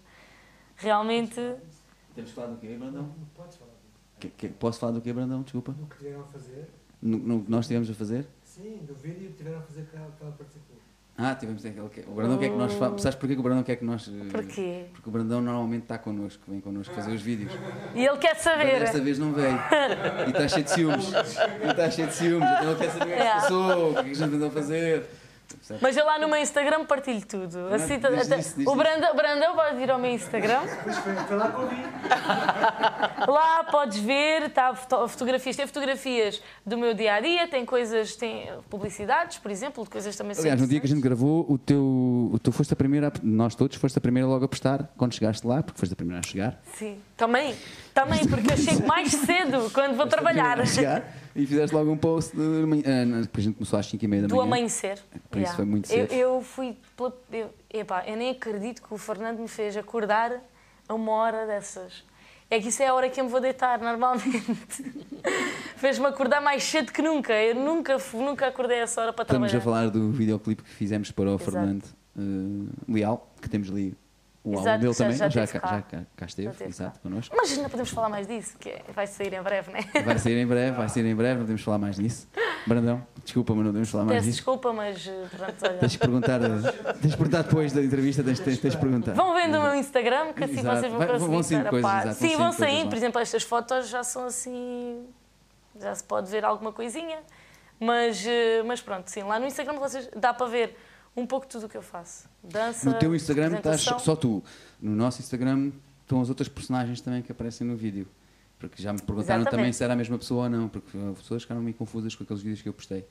S3: Realmente.
S1: Temos que falar do quê, Brandão? Que- É. que- posso falar do quê, Brandão? Desculpa.
S6: O que tiveram a fazer?
S1: No, no que nós estivemos a fazer?
S6: Sim, do vídeo que tiveram a fazer que ela, que ela participou.
S1: Ah, tivemos aquele. que- O Brandão quer que nós. fa- Sabes porquê que o Brandão quer que nós. eh,
S3: Uh. Porquê?
S1: Porque o Brandão normalmente está connosco, vem connosco fazer os vídeos.
S3: E ele quer
S1: Mas desta
S3: saber.
S1: vez não veio. E está cheio de ciúmes. E está cheio de ciúmes. Então ele quer saber o que é que se
S3: Yeah.
S1: passou, o que é que a gente andou a fazer.
S3: Mas eu lá no meu Instagram partilho tudo. Assim,
S1: diz
S3: até-
S1: isso, diz
S3: o
S1: isso.
S3: Brandão, Brandão pode ir ao meu Instagram.
S6: Pois foi, foi lá que eu vi.
S3: Lá podes ver, tá, foto- fotografias, tem fotografias do meu dia a dia, tem coisas, tem publicidades, por exemplo, de coisas também
S1: Aliás, no dia que a gente
S3: interessantes.
S1: gravou, o teu, o- tu foste a primeira, a- nós todos foste a primeira logo a postar quando chegaste lá, porque foste a primeira a chegar.
S3: Sim, também, também, porque eu chego mais cedo quando vou trabalhar.
S1: é A chegar e fizeste logo um post de manhã, ah, não, porque a gente começou às 5 e meia da
S3: Do
S1: manhã.
S3: amanhecer.
S1: é? Por isso foi muito
S3: eu,
S1: cedo.
S3: eu fui. Pela, eu, epá, eu nem acredito que o Fernando me fez acordar a uma hora dessas. É que isso é a hora que eu me vou deitar normalmente. Fez-me acordar mais cedo que nunca. Eu nunca, fu- nunca acordei a essa hora para
S1: Estamos
S3: trabalhar.
S1: a falar do videoclipe que fizemos para o
S3: Exato.
S1: Fernando eh, Leal, ah, que temos ali o
S3: Exato,
S1: álbum dele
S3: já-
S1: também,
S3: já
S1: já,
S3: teve
S1: cá,
S3: cá.
S1: já cá, cá esteve,
S3: Já teve
S1: exato, connosco.
S3: Mas não podemos falar mais disso, que é- vai sair em breve, né?
S1: Vai sair em breve, vai sair em breve, não podemos falar mais nisso. Brandão, desculpa, mas não podemos falar mais
S3: Peço
S1: disso.
S3: desculpa, mas eh, pronto, olha.
S1: Tens de perguntar, tens de perguntar depois da entrevista, tens, tens, tens de perguntar.
S3: Vão vendo o meu Instagram, que assim
S1: Exato.
S3: vocês vão
S1: Vai- vão
S3: conseguir
S1: saindo
S3: estar a
S1: coisas,
S3: par.
S1: exato, vão
S3: Sim, vão
S1: saindo coisas
S3: saindo.
S1: lá.
S3: Por exemplo, estas fotos já são assim. Já se pode ver alguma coisinha. Mas, eh, mas pronto, sim, lá no Instagram vocês dá para ver um pouco tudo o que eu faço. Dança.
S1: No teu Instagram estás
S3: apresentação.
S1: só tu. No nosso Instagram estão as outras personagens também que aparecem no vídeo. Porque já me perguntaram também
S3: Exatamente.
S1: se era a mesma pessoa ou não, porque as pessoas ficaram meio confusas com aqueles vídeos que eu postei.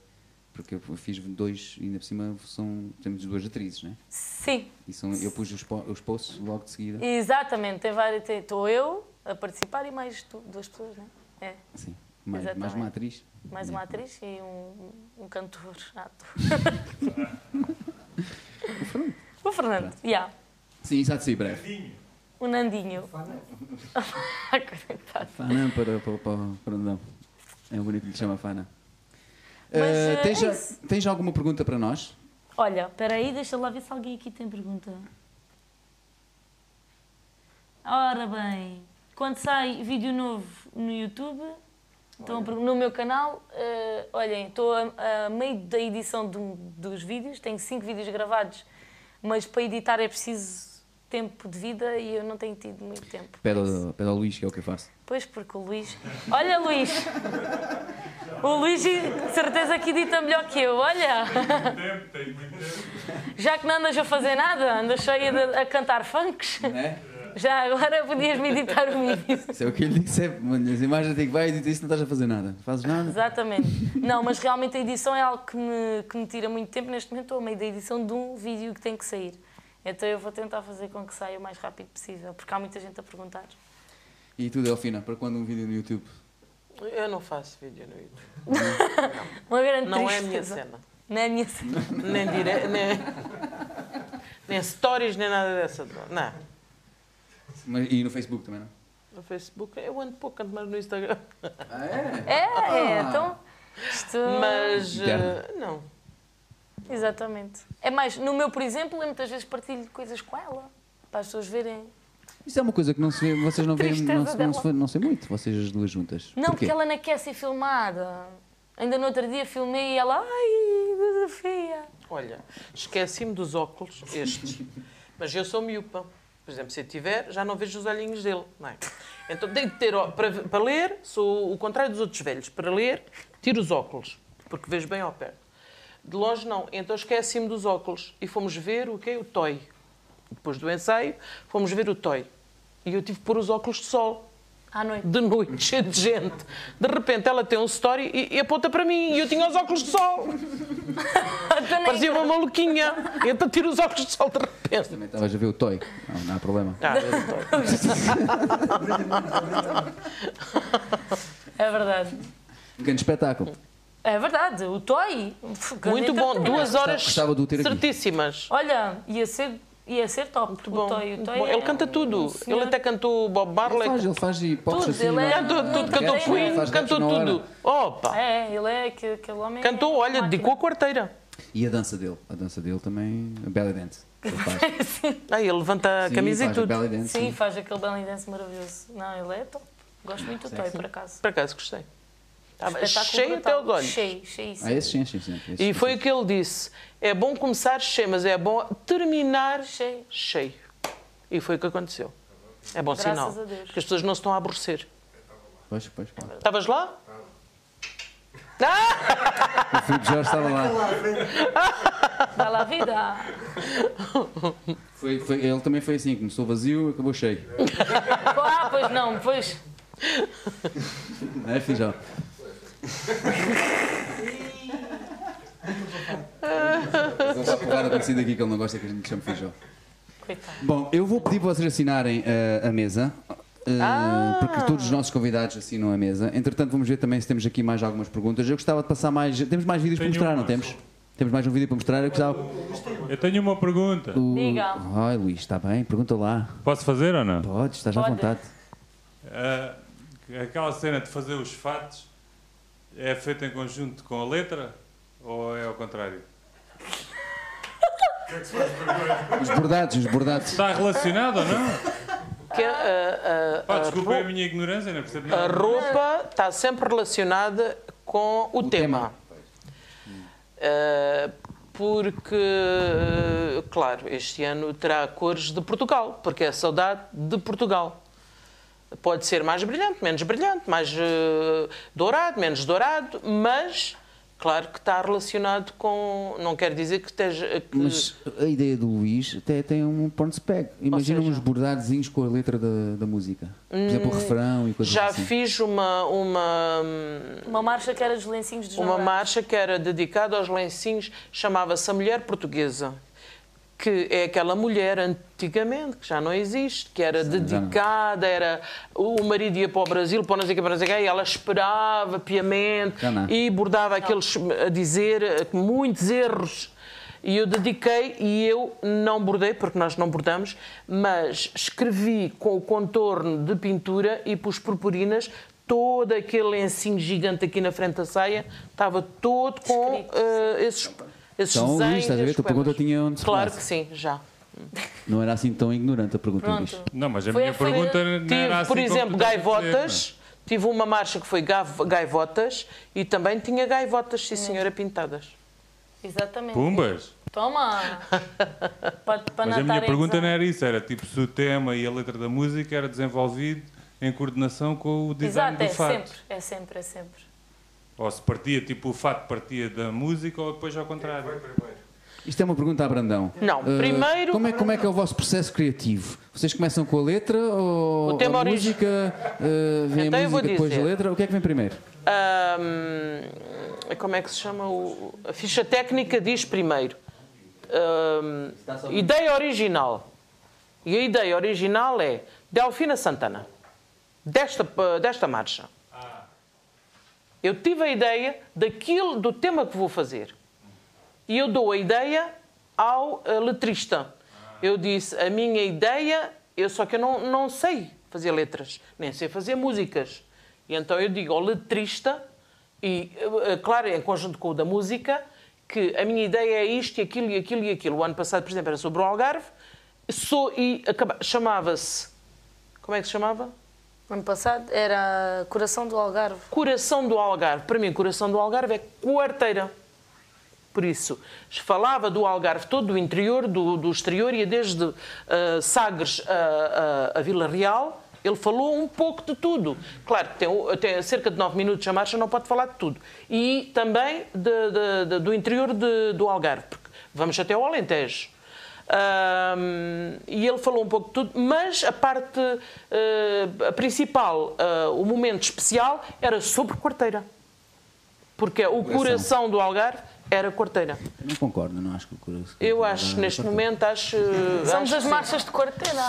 S1: Porque eu fiz dois, ainda por cima são, temos duas atrizes, né?
S3: Sim,
S1: E são, eu pus os, po- os posts logo de seguida.
S3: exatamente. Tem várias. tem- Estou eu a participar e mais tu- duas pessoas, né? É.
S1: Sim, mais, mais
S3: Exatamente.
S1: uma atriz.
S3: Mais uma atriz e um, um cantor. ator. o Fernando. O Fernando,
S1: Tá.
S3: já.
S1: Sim, isso há de sair breve.
S3: O Nandinho. Coitado.
S1: Fana para, para, para, para não. É bonito que lhe chama Fana.
S3: Mas,
S1: Eh,
S3: eh,
S1: tens,
S3: é
S1: a-
S3: isso.
S1: tens alguma pergunta para nós?
S3: Olha, espera aí, deixa lá ver se alguém aqui tem pergunta. Ora bem, quando sai vídeo novo no YouTube, estão a pergun- no meu canal, eh, olhem, estou a, a meio da edição do- dos vídeos, tenho cinco vídeos gravados, mas para editar é preciso tempo de vida e eu não tenho tido muito tempo.
S1: Pede ao, pede ao Luís, que é o que eu faço.
S3: Pois, porque o Luís. Olha, Luís! O Luís, de certeza que edita melhor que eu, olha!
S7: Tempo, tens muito tempo.
S3: Já que não andas a fazer nada, andas cheia de- a cantar funks,
S1: É?
S3: já agora podias me editar o vídeo.
S1: Isso é o que ele disse, é, mano, as imagens tem que vai editar isso, não estás a fazer nada. Não fazes nada.
S3: Exatamente. Não, mas realmente a edição é algo que me, que me tira muito tempo. Neste momento estou a meio da edição de um vídeo que tem que sair. Então eu vou tentar fazer com que saia o mais rápido possível, porque há muita gente a perguntar.
S1: E tu, Delfina, para quando um vídeo no YouTube?
S2: Eu não faço vídeo no YouTube.
S3: Uma grande
S2: Não é a minha
S3: tristeza.
S2: cena.
S3: Não é a minha cena.
S2: Nem, dire... nem... nem stories, nem nada dessa. droga. Não.
S1: Mas- e no Facebook também, não?
S2: No Facebook, eu ando pouco, ando mais no Instagram.
S1: Ah, é?
S3: É, é,
S1: Ah.
S3: então. Isto...
S2: Mas.
S1: Interna.
S2: eh, não.
S3: Exatamente. É mais, no meu, por exemplo, eu muitas vezes partilho coisas com ela, para as pessoas verem.
S1: Isso é uma coisa que não se vê, vocês não veem,
S3: Tristeza
S1: não se, não,
S3: dela.
S1: se, vê- não se vê muito, vocês as duas juntas.
S3: Não,
S1: Porquê?
S3: porque ela não quer ser filmada. Ainda no outro dia filmei e ela, ai, Dudafia.
S2: Olha, esqueci-me dos óculos, estes. Mas eu sou miúpa. Por exemplo, se eu tiver, já não vejo os olhinhos dele. Não é? Então tenho que ter. ó- Para, para ler, sou o contrário dos outros velhos. Para ler, tiro os óculos, porque vejo bem ao perto. De longe, não. Então esqueci-me dos óculos e fomos ver o quê? O Toy. Depois do ensaio, fomos ver o Toy. E eu tive que pôr os óculos de sol.
S3: À noite.
S2: de noite, cheio de gente. De repente ela tem um story e, e aponta para mim. E eu tinha os óculos de sol.
S3: Então,
S2: Parecia uma maluquinha. Então tiro os óculos de sol de repente.
S1: Também estavas a ver o Toy. Não, não há problema.
S2: Ah, eu-
S3: É verdade.
S1: Um grande espetáculo.
S3: É verdade. O Toy.
S2: muito bom, duas horas
S1: Gostava de o ter aqui.
S2: certíssimas.
S3: Olha, ia ser, ia ser top.
S2: Muito
S3: o
S2: bom.
S3: Toy. O
S2: muito
S3: Toy
S2: bom.
S3: é
S2: Ele canta
S3: um
S2: tudo.
S3: senhor-
S2: Ele até cantou Bob
S1: Ele
S2: Marley.
S1: faz, ele faz e pops
S3: Tudo,
S1: assim.
S3: ele
S1: vai-
S3: é-
S2: Cantou tudo, cantou
S3: Faz
S2: Queen,
S1: raps
S2: cantou
S1: na hora.
S2: tudo. Opa!
S3: É, ele é que, aquele homem.
S2: Cantou,
S3: é
S2: olha,
S3: máquina.
S2: dedicou a quarteira.
S1: E a dança dele. A dança dele também. A belly dance. Ele faz.
S2: Aí ele levanta a
S1: Sim,
S2: camisa e
S1: faz a
S2: tudo.
S1: belly dance,
S3: Sim,
S1: sim.
S3: faz aquele belly dance maravilhoso. Não, ele é top. Gosto muito do Toy, por acaso.
S2: Por acaso gostei. Estava
S3: Espetáculo
S2: cheio
S3: brutal.
S2: até os olhos.
S3: Cheio, cheio. sim.
S1: Ah, esse sim, sim, sim. esse
S2: E
S1: sim.
S2: foi o que ele disse. É bom começar cheio, mas é bom terminar
S3: Cheio.
S2: cheio. E foi o que aconteceu. É bom
S3: Graças
S2: sinal.
S3: a Deus.
S2: Que as pessoas não se estão a aborrecer.
S1: Pois, pois, claro.
S2: Estavas lá? Ah!
S1: O Filipe Jorge estava lá.
S3: Dá lá vida.
S1: Foi, foi, ele também foi assim. Começou vazio, acabou cheio.
S3: Ah, pois não, pois.
S1: Não é, Feijão? Vou só provar a conhecida aqui que ele não gosta que a gente lhe chame Feijão.
S3: Coitado.
S1: Bom, eu vou pedir para vocês assinarem eh, a mesa. eh,
S2: Ah!
S1: Porque todos os nossos convidados assinam a mesa. Entretanto, vamos ver também se temos aqui mais algumas perguntas. Eu gostava de passar mais. Temos mais vídeos
S7: Tenho
S1: para mostrar,
S7: uma,
S1: não temos? Temos mais um vídeo para mostrar. Eu gostava.
S7: Eu tenho uma pergunta.
S1: O-
S3: Diga.
S1: Ai, Luís, está bem? Pergunta lá.
S7: Posso fazer ou não?
S1: Podes, estás à
S3: Pode.
S1: vontade.
S7: Ah, aquela cena de fazer os fatos é feita em conjunto com a letra ou é ao contrário? que é que se faz vergonha?
S1: Os bordados, os bordados.
S7: Está relacionado ou não?
S2: Que eh, a, a- a-
S7: Pá,
S3: Ah,
S2: a
S7: desculpa a
S2: roupa,
S7: minha ignorância, não percebo
S2: a
S7: nada.
S2: roupa está sempre relacionada com o, tema. Eh, porque, eh, claro, este ano terá cores de Portugal, porque é a saudade de Portugal. Pode ser mais brilhante, menos brilhante, mais eh, dourado, menos dourado, mas claro que está relacionado com. Não quer dizer que esteja. que-
S1: Mas a ideia do Luís até tem um porn spec. Imagina
S2: seja- Hum,
S1: uns bordadozinhos com a letra da, da música. Por exemplo, o refrão e coisas
S2: já
S1: assim.
S2: fiz uma, uma, hum,
S3: Uma marcha que era dos lencinhos dos
S2: uma
S3: namorados.
S2: marcha que era dedicada aos lencinhos, chamava-se A Mulher Portuguesa, que é aquela mulher antigamente, que já não existe, que era dedicada, era o marido ia para o Brasil, para não sei o que, para não sei o que, e ela esperava piamente
S1: Já não.
S2: e bordava aqueles a dizer eh, muitos erros. E eu dediquei e eu não bordei, porque nós não bordamos, mas escrevi com o contorno de pintura e pus purpurinas todo aquele lencinho gigante aqui na frente da saia, estava todo com
S3: Escrito,
S2: eh, esses, esses
S1: Então, Luís,
S2: desenhos.
S1: estás a ver? A tua
S2: essas
S1: pergunta
S2: coisas.
S1: tinha onde se
S2: Claro
S1: pudesse.
S2: que sim, já.
S1: Não era assim tão ignorante a pergunta, Luís.
S3: Pronto.
S7: Não, mas a
S3: Foi-
S7: minha
S3: foi-
S7: pergunta não
S2: Tive,
S7: era assim.
S2: por
S7: como tu
S2: exemplo,
S7: estás a dizer,
S2: gaivotas. Tive uma marcha que foi gav- gaivotas e também tinha gaivotas, sim senhora, pintadas.
S3: Exatamente.
S7: Pumbas!
S3: Toma! para para
S7: Mas a minha
S3: Natar é
S7: pergunta
S3: exato.
S7: não era isso, era tipo se o tema e a letra da música era desenvolvido em coordenação com o design
S3: Exato, é
S7: do fato.
S3: sempre, é sempre, é sempre.
S7: Ou se partia, tipo, o fato partia da música ou depois ao contrário.
S1: Isto é uma pergunta a Brandão.
S2: Não,
S1: Uh,
S2: primeiro.
S1: Como é, como é que é o vosso processo criativo? Vocês começam com a letra ou
S2: O tema
S1: a
S2: origi-
S1: música? uh, vem
S2: Então
S1: a
S2: eu vou
S1: música, depois a
S2: dizer.
S1: letra? O que é que vem primeiro?
S2: Ahm, como é que se chama? o- A ficha técnica diz primeiro. ahm, ideia original. E a ideia original é Delfina Santana, desta, pa- desta marcha. Eu tive a ideia daquilo, do tema que vou fazer. E eu dou a ideia ao eh, letrista. Eu disse, a minha ideia, eu só que eu não, não sei fazer letras, nem sei fazer músicas. E então eu digo ao letrista, e eh, eh, claro, em conjunto com o da música, que a minha ideia é isto e aquilo e aquilo e aquilo. O ano passado, por exemplo, era sobre o Algarve, sou e acaba- chamava-se. Como é que se chamava?
S3: Ano passado era Coração do Algarve.
S2: Coração do Algarve. Para mim, Coração do Algarve é quarteira. Por isso, falava do Algarve todo, do interior, do, do exterior, ia desde eh, Sagres a, a- a Vila Real. Ele falou um pouco de tudo. Claro que tem, o- tem cerca de nove minutos a marcha, não pode falar de tudo. E também de- de- de- do interior de- do Algarve, porque vamos até ao Alentejo. Ahm, e ele falou um pouco de tudo, mas a parte eh, a principal, eh, o momento especial, era sobre quarteira. Porque o coração do Algarve era quarteira.
S1: é um Não concordo, não acho que o coração.
S2: Eu acho, neste momento, acho. eh,
S3: Somos
S2: acho
S3: as
S2: que sim. tá
S3: marchas de quarteira.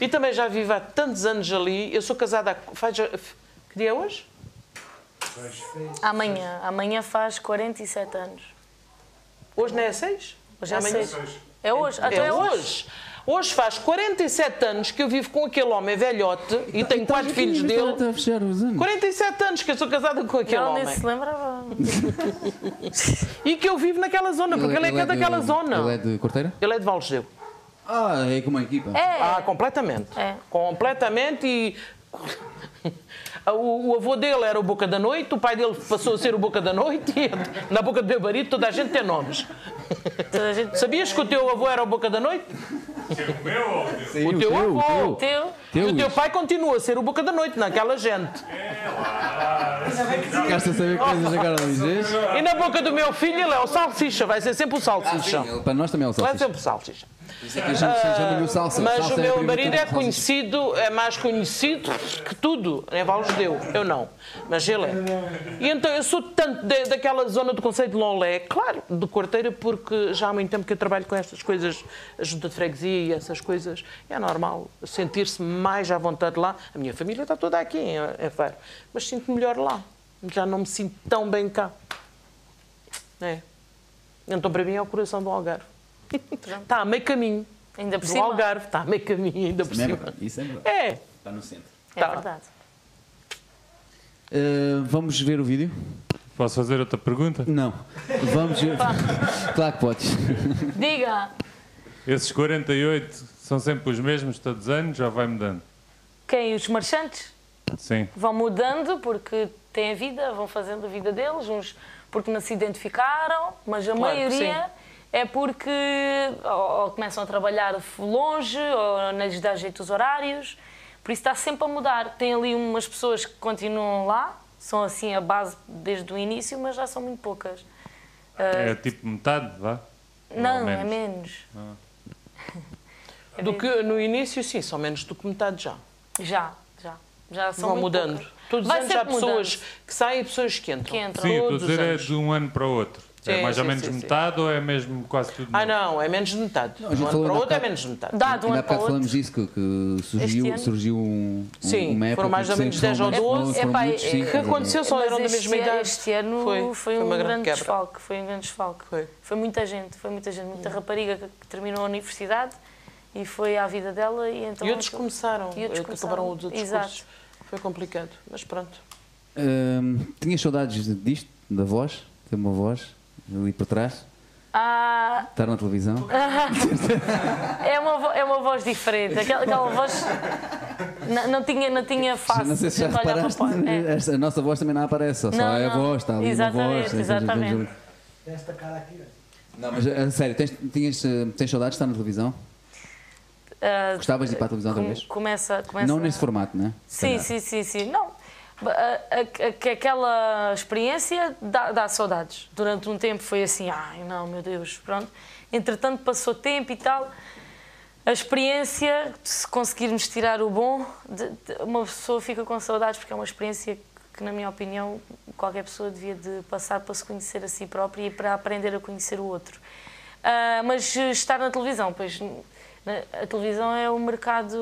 S2: E também já vivo há tantos anos ali. Eu sou casada há. Faz, que dia é hoje?
S3: Amanhã. Amanhã faz 47 anos.
S2: Hoje não é seis?
S3: Hoje é
S2: Amanhã-
S3: seis. É hoje. Até
S2: É
S3: hoje.
S2: hoje. Hoje faz 47 anos que eu vivo com aquele homem velhote
S3: Então,
S2: e tenho
S3: é
S2: quatro filhos dele.
S1: Está a fechar os anos.
S2: 47 anos que eu sou casada com aquele
S3: Não, nem
S2: homem.
S3: se lembrava.
S2: E que eu vivo naquela zona, porque ele, é, que é daquela
S1: ele-
S2: zona.
S1: Ele é de Corteira?
S2: Ele é de Valgeseu.
S1: Ah, é como uma equipa.
S2: Ah, completamente.
S3: É.
S2: Completamente e. O, o avô dele era o Boca da Noite, o pai dele passou a ser o Boca da Noite e na boca do meu marido toda a gente tem nomes.
S3: Toda a gente
S2: Sabias que o teu avô era o Boca da Noite?
S7: O meu ou o meu?
S1: Sim,
S2: o teu
S1: o
S2: avô.
S1: teu.
S3: teu.
S1: Teu,
S2: e o teu
S1: Luís.
S2: pai continua a ser o Boca da Noite naquela gente.
S1: Ficaste a saber coisas agora, Luís. vês?
S2: E na boca do meu filho ele é o Salsicha, vai ser sempre o Salsicha.
S1: Sim, ele- Para nós também é o
S2: Vai
S1: salsicha.
S2: sempre o Salsicha. é.
S1: A gente chama-lhe Ah, o salsa.
S2: Mas
S1: Salsa é
S2: o
S1: a
S2: meu
S1: prima
S2: marido
S1: também,
S2: é
S1: salsicha.
S2: conhecido, é mais conhecido que tudo. Em Valles deu, eu não. Mas ele é. E então eu sou tanto da- daquela zona do Conceito de Lolé, claro, de Corteira, porque já há muito tempo que eu trabalho com estas coisas, ajuda de freguesia e essas coisas. É normal sentir-se mais à vontade lá. A minha família está toda aqui em, em Faro, mas sinto-me melhor lá. Já não me sinto tão bem cá. É. Então para mim é o coração do Algarve. Está a meio caminho.
S3: Ainda por
S2: Do
S3: cima.
S2: Algarve, está a meio caminho ainda por
S1: Também é
S2: cima.
S1: verdade, Isso é verdade.
S2: É,
S1: Está no centro.
S3: É
S2: Tá.
S3: verdade.
S1: Uh, vamos Ah, ver o vídeo.
S7: Posso fazer outra pergunta?
S1: Não. Vamos. claro que podes.
S3: Diga!
S7: Esses 48 são sempre os mesmos todos os anos? Já vai mudando?
S3: Quem? Os marchantes?
S7: Sim.
S3: vão mudando porque têm a vida, vão fazendo a vida deles, uns porque não se identificaram, mas a
S2: Claro,
S3: maioria é porque ou, ou começam a trabalhar longe, ou não lhes dá jeito os horários, por isso está sempre a mudar. Tem ali umas pessoas que continuam lá, são assim a base desde o início, mas já são muito poucas. Ah,
S7: É tipo metade, vá?
S3: não,
S7: ou
S3: é
S7: menos.
S3: menos.
S2: Do que no início, sim, são menos do que metade já.
S3: Já, já. Já são
S2: Vão
S3: muito
S2: mudando.
S3: poucas.
S2: Todos os
S3: Vai
S2: anos há
S3: sempre
S2: pessoas
S3: mudando,
S2: que saem e pessoas que entram.
S3: que entram.
S7: Sim, estou a
S2: Todos os
S7: dizer é
S2: anos.
S7: de um ano para o outro. é
S2: Sim,
S7: mais ou
S2: sim,
S7: menos
S2: sim, sim.
S7: metade ou é mesmo quase tudo?
S2: Ah,
S7: novo?
S2: não, é menos de metade.
S1: a gente
S2: de um ano
S1: falou
S2: para o
S1: há
S2: outro é
S1: bocado-
S2: menos de metade.
S3: Dá de um
S1: Ainda
S3: ano
S1: há
S3: para o
S1: bocado
S3: outro.
S1: falamos disso, que, que surgiu,
S3: ano?
S1: surgiu um, um-
S2: Sim,
S1: uma época
S2: foram mais
S1: que
S2: ou menos
S1: sempre
S2: 10 ou
S1: foram-
S2: 12.
S1: foram
S3: Epá,
S1: muitos,
S3: é-
S1: sim,
S3: que
S2: O que aconteceu só
S3: Mas
S2: eram da
S3: este
S2: mesma
S3: ano-
S2: idade.
S3: Este ano
S2: Foi-
S3: foi,
S2: foi
S3: um
S2: uma
S3: grande,
S2: grande quebra.
S3: desfalque, foi um grande desfalque.
S2: Foi. Uhum.
S3: Foi muita gente, foi muita gente, muita rapariga que, que terminou a universidade e foi à vida dela e então
S2: e outros começaram,
S3: e outros
S2: eh, que acabaram os
S3: começaram.
S2: outros
S3: Exato.
S2: cursos. Foi complicado, mas pronto.
S1: Hum, tinhas saudades disto, da voz, ter uma voz ali por trás,
S3: Ah,
S1: estar na televisão.
S3: é uma, vo- é uma voz diferente, aquela, aquela voz não, não tinha não tinha face.
S1: não sei se já
S3: de olhar para
S1: reparaste,
S3: fora. É.
S1: esta- a nossa voz também não aparece, só
S3: Não,
S1: é a
S3: não.
S1: voz, está ali
S3: Exatamente,
S1: uma voz.
S3: exatamente.
S6: Esta cara aqui, olha.
S1: Não, mas a a sério, tens, tinhas, eh, tens saudades de estar na televisão?
S3: Ah,
S1: Gostavas de ir para a televisão outra
S3: come-
S1: vez?
S3: Começa, começa
S1: Não nesse formato, né?
S3: Sim, sim, sim, sim. Não. Ba- a- a- a- que Aquela experiência dá, dá saudades. Durante um tempo foi assim, ai não, meu Deus, pronto. Entretanto, passou tempo e tal. A experiência, se conseguirmos tirar o bom, de- de- uma pessoa fica com saudades, porque é uma experiência que, na minha opinião, qualquer pessoa devia de passar para se conhecer a si própria e para aprender a conhecer o outro. Ah, mas eh, estar na televisão, pois na- a televisão é o mercado,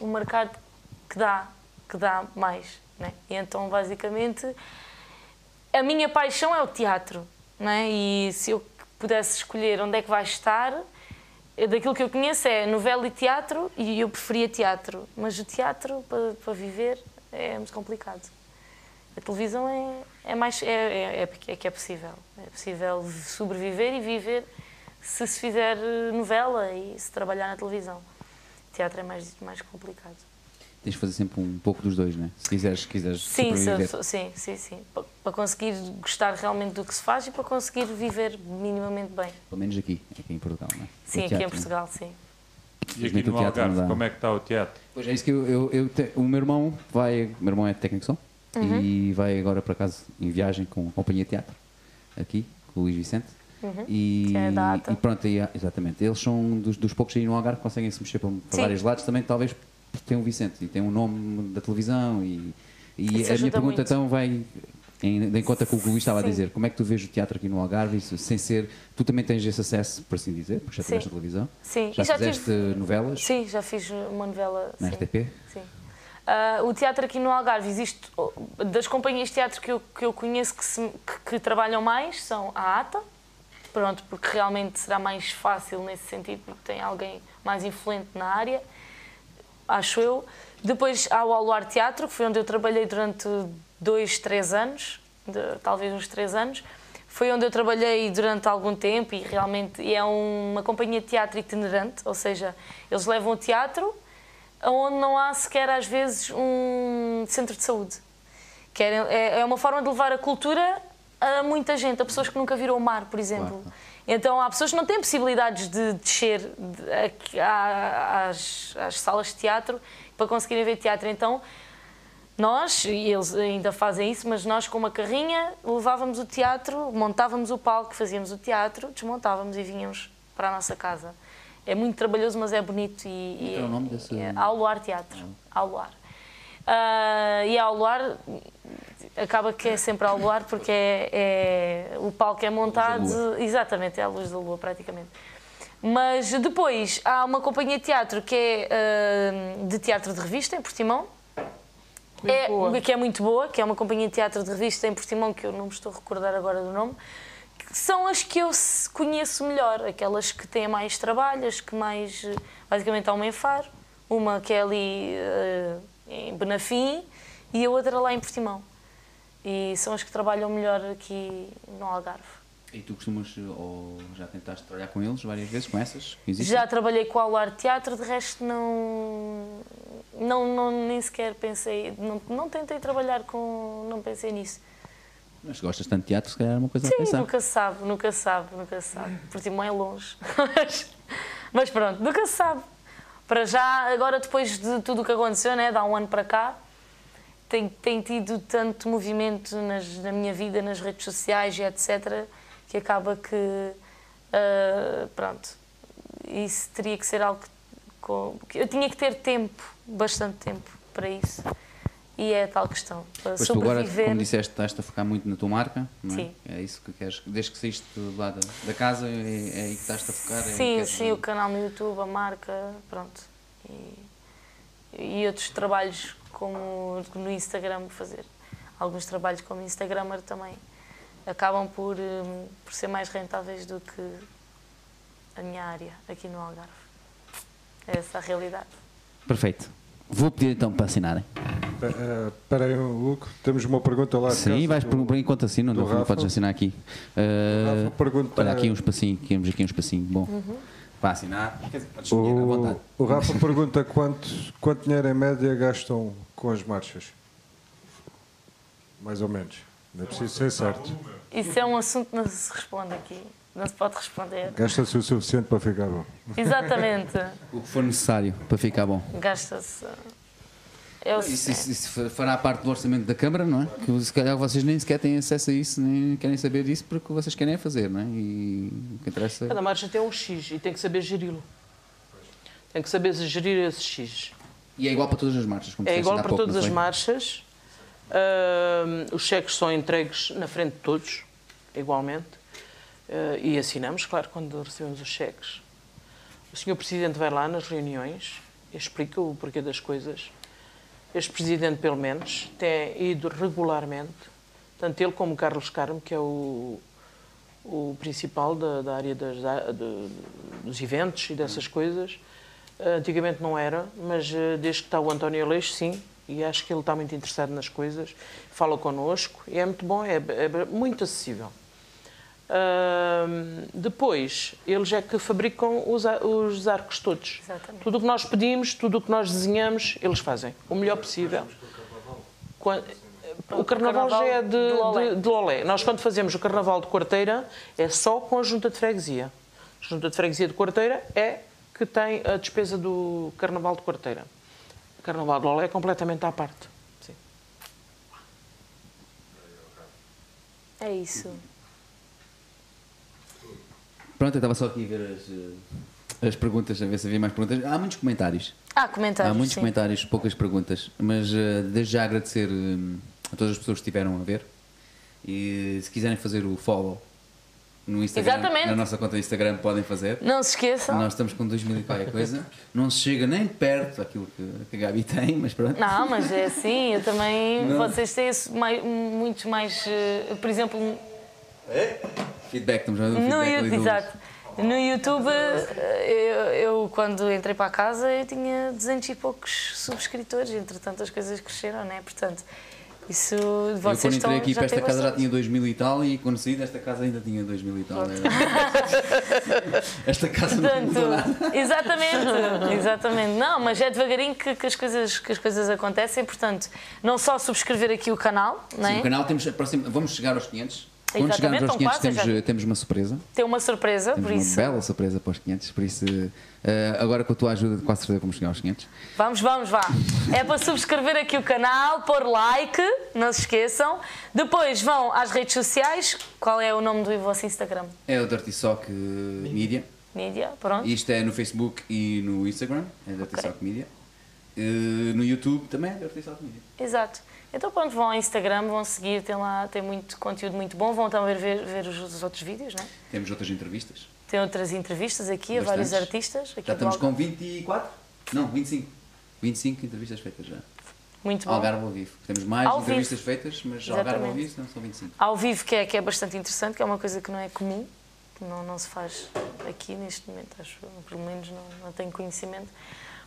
S3: o mercado que dá, que dá mais, né? E então, basicamente, a minha paixão é o teatro, não é? E se eu pudesse escolher onde é que vai estar, eu- daquilo que eu conheço é novela e teatro, e eu preferia teatro. Mas o teatro, para, para viver, é muito complicado. A televisão é, é mais. É, é, é- é que é possível. É possível sobreviver e viver se se fizer eh, novela e se trabalhar na televisão. Teatro é mais, mais complicado.
S1: Tens de fazer sempre um pouco dos dois, né? Se quiseres, quiseres
S3: Sim,
S1: sobreviver.
S3: se- se- sim, sim, sim. Pa- Para conseguir gostar realmente do que se faz e para conseguir viver minimamente bem.
S1: Pelo menos aqui, aqui em Portugal, né?
S3: Sim,
S1: O
S3: aqui em
S1: teatro, né?
S3: Portugal, sim.
S7: E aqui
S1: Infelizmente o
S7: no
S1: teatro não
S7: Algarve,
S1: dá.
S7: como é que está o teatro?
S1: Pois é isso que eu, eu, eu te- o meu irmão vai, o meu irmão é técnico de som
S3: Uhum.
S1: e vai agora para casa em viagem com a companhia de teatro aqui com o Luís Vicente e,
S3: Que é da ATA.
S1: e pronto e há- exatamente eles são dos, dos poucos aí no Algarve que conseguem se mexer para, para
S3: Sim.
S1: vários lados também talvez porque tem o Vicente e tem um nome da televisão e, e
S3: Isso
S1: a minha
S3: ajuda
S1: pergunta
S3: muito.
S1: então vai em, em conta com o que o Luís estava a
S3: Sim.
S1: dizer como é que tu vês o teatro aqui no Algarve isso, sem ser tu também tens esse acesso por assim dizer porque já
S3: Sim.
S1: tiveste a televisão
S3: Sim,
S1: já,
S3: e já
S1: fizeste
S3: tive-
S1: novelas
S3: Sim, já fiz uma novela.
S1: na
S3: sim.
S1: RTP
S3: Sim. Ah, o teatro aqui no Algarve existe. oh, Das companhias de teatro que eu, que eu conheço que, se- que- que trabalham mais são a ATA, pronto, porque realmente será mais fácil nesse sentido, porque tem alguém mais influente na área, acho eu. Depois há o Aluar Teatro, que foi onde eu trabalhei durante dois, três anos, de- talvez uns três anos. Foi onde eu trabalhei durante algum tempo e realmente e é uma companhia de teatro itinerante, ou seja, eles levam o teatro onde não há sequer às vezes um centro de saúde. Que era- é, é uma forma de levar a cultura a muita gente, a pessoas que nunca viram o mar, por exemplo. Então há pessoas que não têm possibilidades de descer de- aqui- à- às, às salas de teatro para conseguirem ver teatro. Então nós, e eles ainda fazem isso, mas nós com uma carrinha levávamos o teatro, montávamos o palco, fazíamos o teatro, desmontávamos e vinhamos para a nossa casa. É muito trabalhoso, mas é bonito e, e
S1: Qual é o nome
S3: e-
S1: dessa-
S3: e- Ao Luar Teatro. Ao Luar. Ah, e ao Luar acaba que é sempre ao Luar porque é, é- o palco é montado exatamente é a luz da lua praticamente. Mas depois há uma companhia de teatro que é ah, de teatro de revista em Portimão,
S2: Muito
S3: é,
S2: boa.
S3: que é muito boa, que é uma companhia de teatro de revista em Portimão, que eu não me estou a recordar agora do nome, que são as que eu se- conheço melhor, aquelas que têm mais trabalho, as que mais. eh, Basicamente há uma em Faro, uma que é ali eh, em Benafim e a outra lá em Portimão. E E são os que trabalham melhor aqui no Algarve.
S1: E tu costumas, eh, ou já tentaste trabalhar com eles várias vezes, com essas? que existem?
S3: Já trabalhei com a Alar Teatro, de resto não, não, não nem sequer pensei, não, não tentei trabalhar com, não pensei nisso.
S1: Mas gostas tanto de teatro, se calhar é uma coisa a
S3: Sim,
S1: pensar.
S3: nunca se sabe, nunca se sabe, nunca se sabe. Portimão é longe. Mas, mas pronto, nunca se sabe. Para já, agora depois de tudo o que aconteceu, né, de há um ano para cá, tem, tem tido tanto movimento nas- na minha vida, nas redes sociais e etc., que acaba que. ah, pronto. Isso teria que ser algo que, co- que. Eu tinha que ter tempo, bastante tempo, para isso. E é a tal questão. Para
S1: Pois tu agora,
S3: sobreviver.
S1: como disseste, estás a focar muito na tua marca, não é?
S3: Sim.
S1: É isso que queres. Desde que saíste lá da, da casa, é, é aí que estás a focar. é aí que
S3: Sim,
S1: queres-
S3: sim, o canal no YouTube, a marca, pronto. E, e outros trabalhos como no Instagram fazer. Alguns trabalhos como Instagrammer também acabam por, hum, por ser mais rentáveis do que a minha área aqui no Algarve. É essa a realidade.
S1: Perfeito. Vou pedir então para assinarem.
S4: Espera aí, Luco, temos uma pergunta lá. de
S1: Sim,
S4: casa
S1: vais
S4: do-
S1: por, por enquanto assim, não,
S4: do
S1: não
S4: Rafa.
S1: podes assinar aqui. Ah,
S4: Rafa pergunta-
S1: olha, aqui um espacinho, temos aqui um espacinho bom.
S3: Uhum.
S1: Para assinar, quer dizer, podes escolher à vontade.
S4: O, o Rafa pergunta quanto, quanto dinheiro em média gastam com as marchas? Mais ou menos. Não é preciso ser certo.
S3: Isso é um assunto que não se responde aqui. Não se pode responder.
S4: Gasta-se o suficiente para ficar bom.
S3: Exatamente.
S1: O que for necessário para ficar bom.
S3: Gasta-se. É Eu
S1: Isso,
S2: É.
S1: isso- isso fa- fará parte do orçamento da Câmara, não é? Que se calhar vocês nem sequer têm acesso a isso, nem querem saber disso, porque vocês querem é fazer, não é? E o que interessa é
S2: Cada marcha tem um X e tem que saber geri-lo. Tem que saber gerir esse X.
S1: E é igual para todas as marchas, como
S2: É
S1: disseste
S2: igual
S1: ainda há
S2: para
S1: pouco,
S2: todas
S1: não
S2: as
S1: foi?
S2: marchas. Ahm, os cheques são entregues na frente de todos, igualmente. Ah, e assinamos, claro, quando recebemos os cheques. O senhor Presidente vai lá nas reuniões, explica o porquê das coisas. Este Presidente, pelo menos, tem ido regularmente, tanto ele como o Carlos Carmo, que é o, o principal da, da área das, da- de- dos eventos e dessas coisas. Ah, Antigamente não era, mas eh, desde que está o António Aleixo, sim, e acho que ele está muito interessado nas coisas, fala connosco e é muito bom, é, é muito acessível. Ahm, depois, eles é que fabricam os, a- os arcos todos.
S3: Exatamente.
S2: Tudo o que nós pedimos, tudo o que nós desenhamos, eles fazem o melhor possível. Quan- o carnaval já é de,
S3: De Lolé.
S2: de, de Lolé. Nós, quando fazemos o carnaval de quarteira, é só com a junta de freguesia. A junta de freguesia de quarteira é que tem a despesa do carnaval de quarteira. O carnaval de Lolé é completamente à parte. Sim.
S3: É isso.
S1: Pronto, eu estava só aqui a ver as, eh, as perguntas, a ver se havia mais perguntas. Há muitos comentários.
S3: Ah, comentários.
S1: Há muitos
S3: sim.
S1: comentários, poucas perguntas. Mas eh, desde já agradecer hum, a todas as pessoas que estiveram a ver. E se quiserem fazer o follow no Instagram,
S3: Exatamente.
S1: na nossa conta do Instagram, podem fazer.
S3: Não se esqueçam.
S1: Nós estamos com 2 mil e qualquer coisa. Não se chega nem perto daquilo que, que a Gabi tem, mas pronto.
S3: Não, mas é assim, eu também.
S1: Não.
S3: Vocês têm esse mai- muitos mais. eh, Por exemplo,
S1: Feedback, estamos a ver o
S3: no,
S1: feedback ali
S3: Yu-
S1: do-
S3: exato, no YouTube, eh, eu, eu, quando entrei para a casa, eu tinha 200 e poucos subscritores, entretanto as coisas cresceram, né? Portanto, isso.
S1: Eu
S3: Vocês
S1: quando
S3: estão.
S1: entrei aqui
S3: já
S1: para esta
S3: têm
S1: casa já
S3: bastante.
S1: tinha 2 mil e tal e quando saí desta casa ainda tinha 2 mil e tal.
S3: Pronto.
S1: Era- esta casa não mudou nada.
S3: Portanto, exatamente, exatamente. Não, mas é devagarinho que, que as coisas, que as coisas acontecem. Portanto, não só subscrever aqui o canal, né?
S1: Sim, o canal temos aproxima, vamos chegar aos 500. Quando
S3: Exatamente,
S1: chegarmos aos
S3: estão
S1: 500
S3: quase,
S1: temos,
S3: já.
S1: eh, temos uma surpresa.
S3: tem uma surpresa,
S1: Temos
S3: por
S1: uma
S3: isso.
S1: bela surpresa para os 500. Por isso, eh, agora com a tua ajuda, quase certeza vamos chegar aos 500.
S3: Vamos, vamos, vá. É para subscrever aqui o canal, pôr like, não se esqueçam. Depois vão às redes sociais. Qual é o nome do vosso Instagram?
S1: É o Dirty Sock eh, Media.
S3: Mídia, pronto.
S1: Isto é no Facebook e no Instagram, é Dirty Sock Media. Eh, no YouTube também é Dirty Sock Media.
S3: Exato. Então pronto, vão ao Instagram, vão seguir, tem lá, tem muito conteúdo muito bom. Vão também ver, ver os, os outros vídeos, né?
S1: Temos outras entrevistas.
S3: Tem outras entrevistas aqui a vários
S1: Bastantes.
S3: artistas. Aqui um
S1: Já
S3: do
S1: estamos
S3: Algarve.
S1: com 24? Não, 25. 25 entrevistas feitas já.
S3: Muito bom.
S1: Algarve ao vivo. Temos mais
S3: Ao
S1: entrevistas
S3: vivo.
S1: feitas, mas Algarve ao
S3: Exatamente.
S1: vivo não são 25.
S3: Ao vivo, que é, que é bastante interessante, que é uma coisa que não é comum, que não, não se faz aqui neste momento, acho eu, pelo menos não, não tenho conhecimento.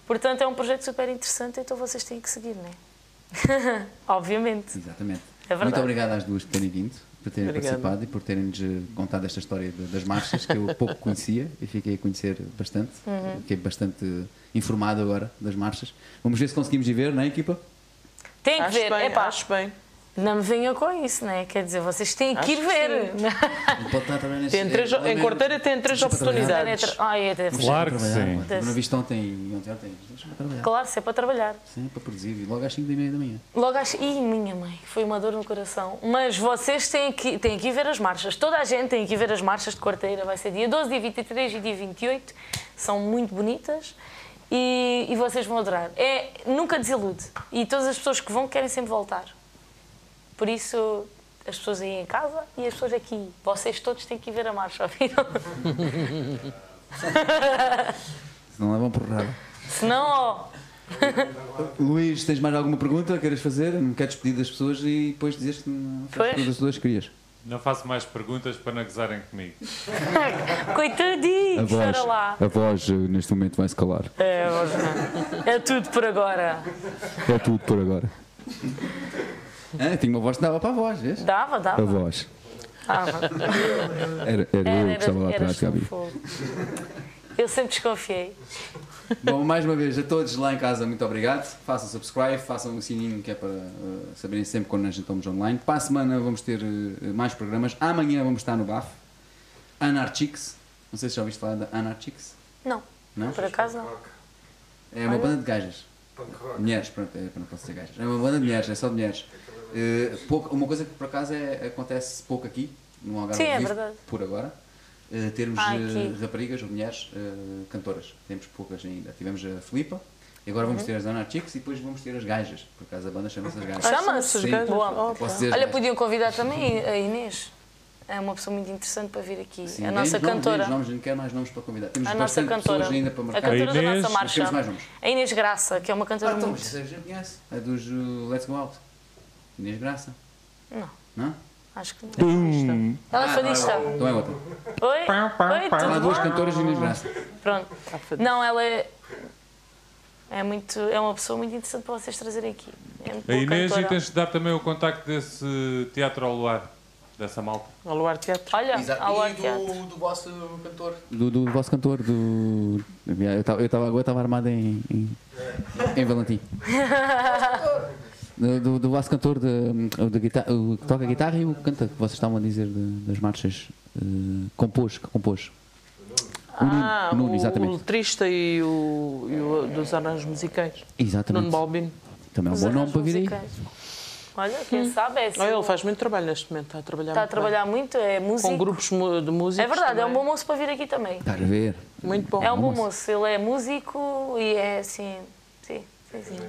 S3: Portanto, é um projeto super interessante, então vocês têm que seguir, não é? Obviamente.
S1: Exatamente.
S3: É verdade.
S1: Muito obrigado às duas por terem vindo, por terem
S2: Obrigada.
S1: participado e por terem-nos eh, contado esta história de- das marchas que eu pouco conhecia e fiquei a conhecer bastante.
S3: Uhum.
S1: Fiquei bastante eh, informado agora das marchas. Vamos ver se conseguimos ir ver, não é, equipa?
S3: Tem que
S2: Acho
S3: ver.
S2: bem,
S3: é pá,
S2: acho bem.
S3: não me venham com isso, né? Quer dizer, vocês têm que
S2: Acho
S3: ir
S2: que
S3: ver.
S1: Pode estar também nesse-
S2: Tem três,
S1: eh, olha,
S2: em quarteira tem três
S1: Deixa para trabalhar.
S2: oportunidades.
S3: Ai, é, deve ser.
S7: Claro que
S1: trabalhar,
S7: sim.
S1: pá. Também Não viste ontem e ontem, ontem. Deixa-me trabalhar.
S3: Claro, se é para trabalhar.
S1: Sim, para produzir. E logo às 5 da meia da manhã.
S3: Logo acho. Ih, minha mãe, foi uma dor no coração. Mas vocês têm que, têm que ir ver as marchas. Toda a gente tem que ir ver as marchas de quarteira. Vai ser dia 12, dia 23 e dia 28. São muito bonitas e, e vocês vão adorar. É, nunca desilude. E todas as pessoas que vão querem sempre voltar. Por isso, as pessoas aí em casa e as pessoas aqui. Vocês todos têm que ir ver a marcha, ouviram?
S1: Senão levam porrada.
S3: Senão, ó.
S1: Luís, tens mais alguma pergunta que queiras fazer? Não queres despedir das pessoas e depois dizes que não
S3: Pois.
S1: fazes todas as duas que querias.
S7: Não faço mais perguntas para não gozarem comigo.
S3: Coitadinho, chora lá.
S1: a voz eh, neste momento vai-se calar.
S3: É, hoje não. é tudo por agora.
S1: É tudo por agora. Ah, tinha uma voz que dava para a voz, vês?
S3: Dava,
S1: A
S3: dava.
S1: voz.
S3: dava.
S1: Era, era, eu que estava lá atrás,
S3: eras tu,
S1: Gabi.
S3: É, fogo. Eu sempre desconfiei.
S1: Bom, mais uma vez, a todos lá em casa, muito obrigado. Façam subscribe, façam o sininho que é para eh, saberem sempre quando nós estamos online. Para a semana vamos ter eh, mais programas. Amanhã vamos estar no BAF. Anarchix. Não sei se já ouviste falar da Anarchix.
S3: Não,
S1: Não?
S3: por acaso não.
S4: Rock,
S1: É uma banda de gajas.
S4: punk rock.
S1: Mulheres, pronto, é, não posso dizer gajas. É uma banda de mulheres, é só de mulheres.
S4: É
S1: Eh, pouco- uma coisa que por acaso é- acontece pouco aqui, no Algarve
S3: Sim, é
S1: ao vivo,
S3: verdade.
S1: por agora, eh, termos
S3: Ah,
S1: eh,
S3: aqui.
S1: raparigas ou mulheres eh, cantoras. Temos poucas ainda. Tivemos a Filipa, e agora
S3: Uhum.
S1: vamos ter as Ana Chicks e depois vamos ter as gajas. Por acaso a banda chama-se as gajas.
S3: Chama-se
S1: Sim,
S2: gajas?
S1: Boa.
S2: Opa.
S1: posso dizer as
S3: Olha,
S1: gajas.
S3: podiam convidar também a Inês. É uma pessoa muito interessante para vir aqui.
S1: Sim,
S3: a
S1: nem
S3: nossa
S1: os nomes, nem
S3: cantora.
S1: os nomes, não quero mais nomes para convidar. Temos
S3: A nossa
S1: bastante
S3: cantora.
S1: pessoas ainda para
S3: A
S1: marcar.
S3: cantora da
S7: Inês,
S3: nossa
S1: Mas temos mais
S3: marcha.
S1: nomes.
S3: A Inês Graça, que é uma
S1: Ah,
S3: cantora
S1: então,
S3: muito.
S1: mas a gente conhece. A dos uh, Let's Go Out. Inês Graça.
S3: Não.
S1: Não?
S3: Acho que não. Ela
S1: Ah,
S3: foi
S1: não,
S3: disto.
S1: Então é outra.
S3: Oi? Oi,
S1: Há
S3: tudo
S1: duas
S3: bom?
S1: cantoras e Inês Graça.
S3: Pronto. Não, ela é. É, muito, é uma pessoa muito interessante para vocês trazerem aqui. É muito
S7: A
S3: boa
S7: Inês, e
S3: cantora.
S7: tens de dar também o contacto desse teatro ao luar, dessa malta.
S2: Ao Luar Teatro.
S3: Olha, ao ar teatro.
S8: é do vosso cantor.
S1: Do, do vosso cantor, do. Eu estava eu estava armado em. em, em Valentim. Do, do, do vosso cantor de, de guitarra, o que toca guitarra e o que canta, que vocês estavam a dizer de- das marchas. eh, compôs, que compôs. O Nuno,
S2: Ah,
S1: o Nuno,
S2: o, o
S1: exatamente.
S2: letrista e o, e o dos arranjos musicais. Nuno
S1: Exatamente.
S2: Balbino.
S1: Também é um bom nome para vir aí.
S3: Musicais. Olha, quem sabe é
S2: Olha, ele
S3: assim.
S2: faz muito trabalho neste momento, está a trabalhar
S3: Está a
S2: muito bem.
S3: trabalhar muito, é
S2: com
S3: músico.
S2: grupos mu- de músicos.
S3: É verdade, é um
S2: também.
S3: bom moço para vir aqui também.
S1: Estás a ver?
S2: Muito bom.
S3: É um bom
S1: moço.
S3: moço, ele é músico e é assim. Sim, sim, sim.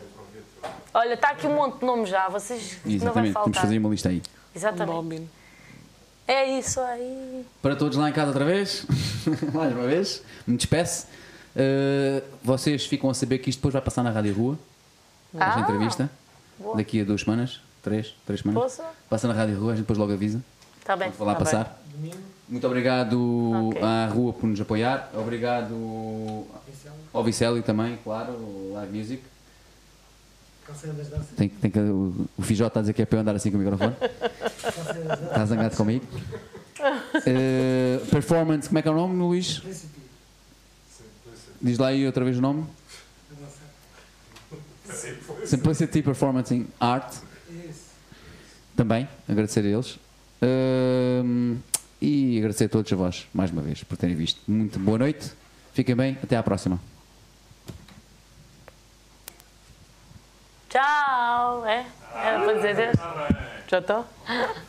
S3: Olha, está aqui um monte de nomes já, vocês não vai
S1: Exatamente, temos de
S3: faltar.
S1: fazer um uma lista aí.
S2: Nuno
S3: Exatamente.
S2: Balbino.
S3: É isso aí.
S1: Para todos lá em casa outra vez, mais uma vez, me despeço. Uh, vocês ficam a saber que isto depois vai passar na Rádio Rua, esta
S3: Ah,
S1: entrevista,
S3: boa.
S1: daqui a duas semanas, três, três semanas.
S3: Posso?
S1: Passa na Rádio Rua, a gente depois logo avisa.
S3: Está bem.
S1: Quando for lá
S2: tá
S1: passar. Muito obrigado
S3: Ok.
S1: à Rua por nos apoiar. Obrigado ao Vicélio também, claro, ao Live Music.
S6: Canseira das danças.
S1: Tem, tem que, o, o Fijó está a dizer que é para eu andar assim com o microfone.
S6: Canseira das danças.
S1: Está zangado comigo. Uh, performance, como é que é o nome, Luís?
S6: Príncipe.
S1: Diz lá aí outra vez o nome.
S6: da dança.
S1: Simplicity Performance in Art,
S6: Isso.
S1: também, agradecer a eles. Ehm, Ahm, e agradecer a todos a vós, mais uma vez, por terem visto. Muito boa noite, fiquem bem, até à próxima.
S3: Tchau. É? Era para dizer.
S2: Já está?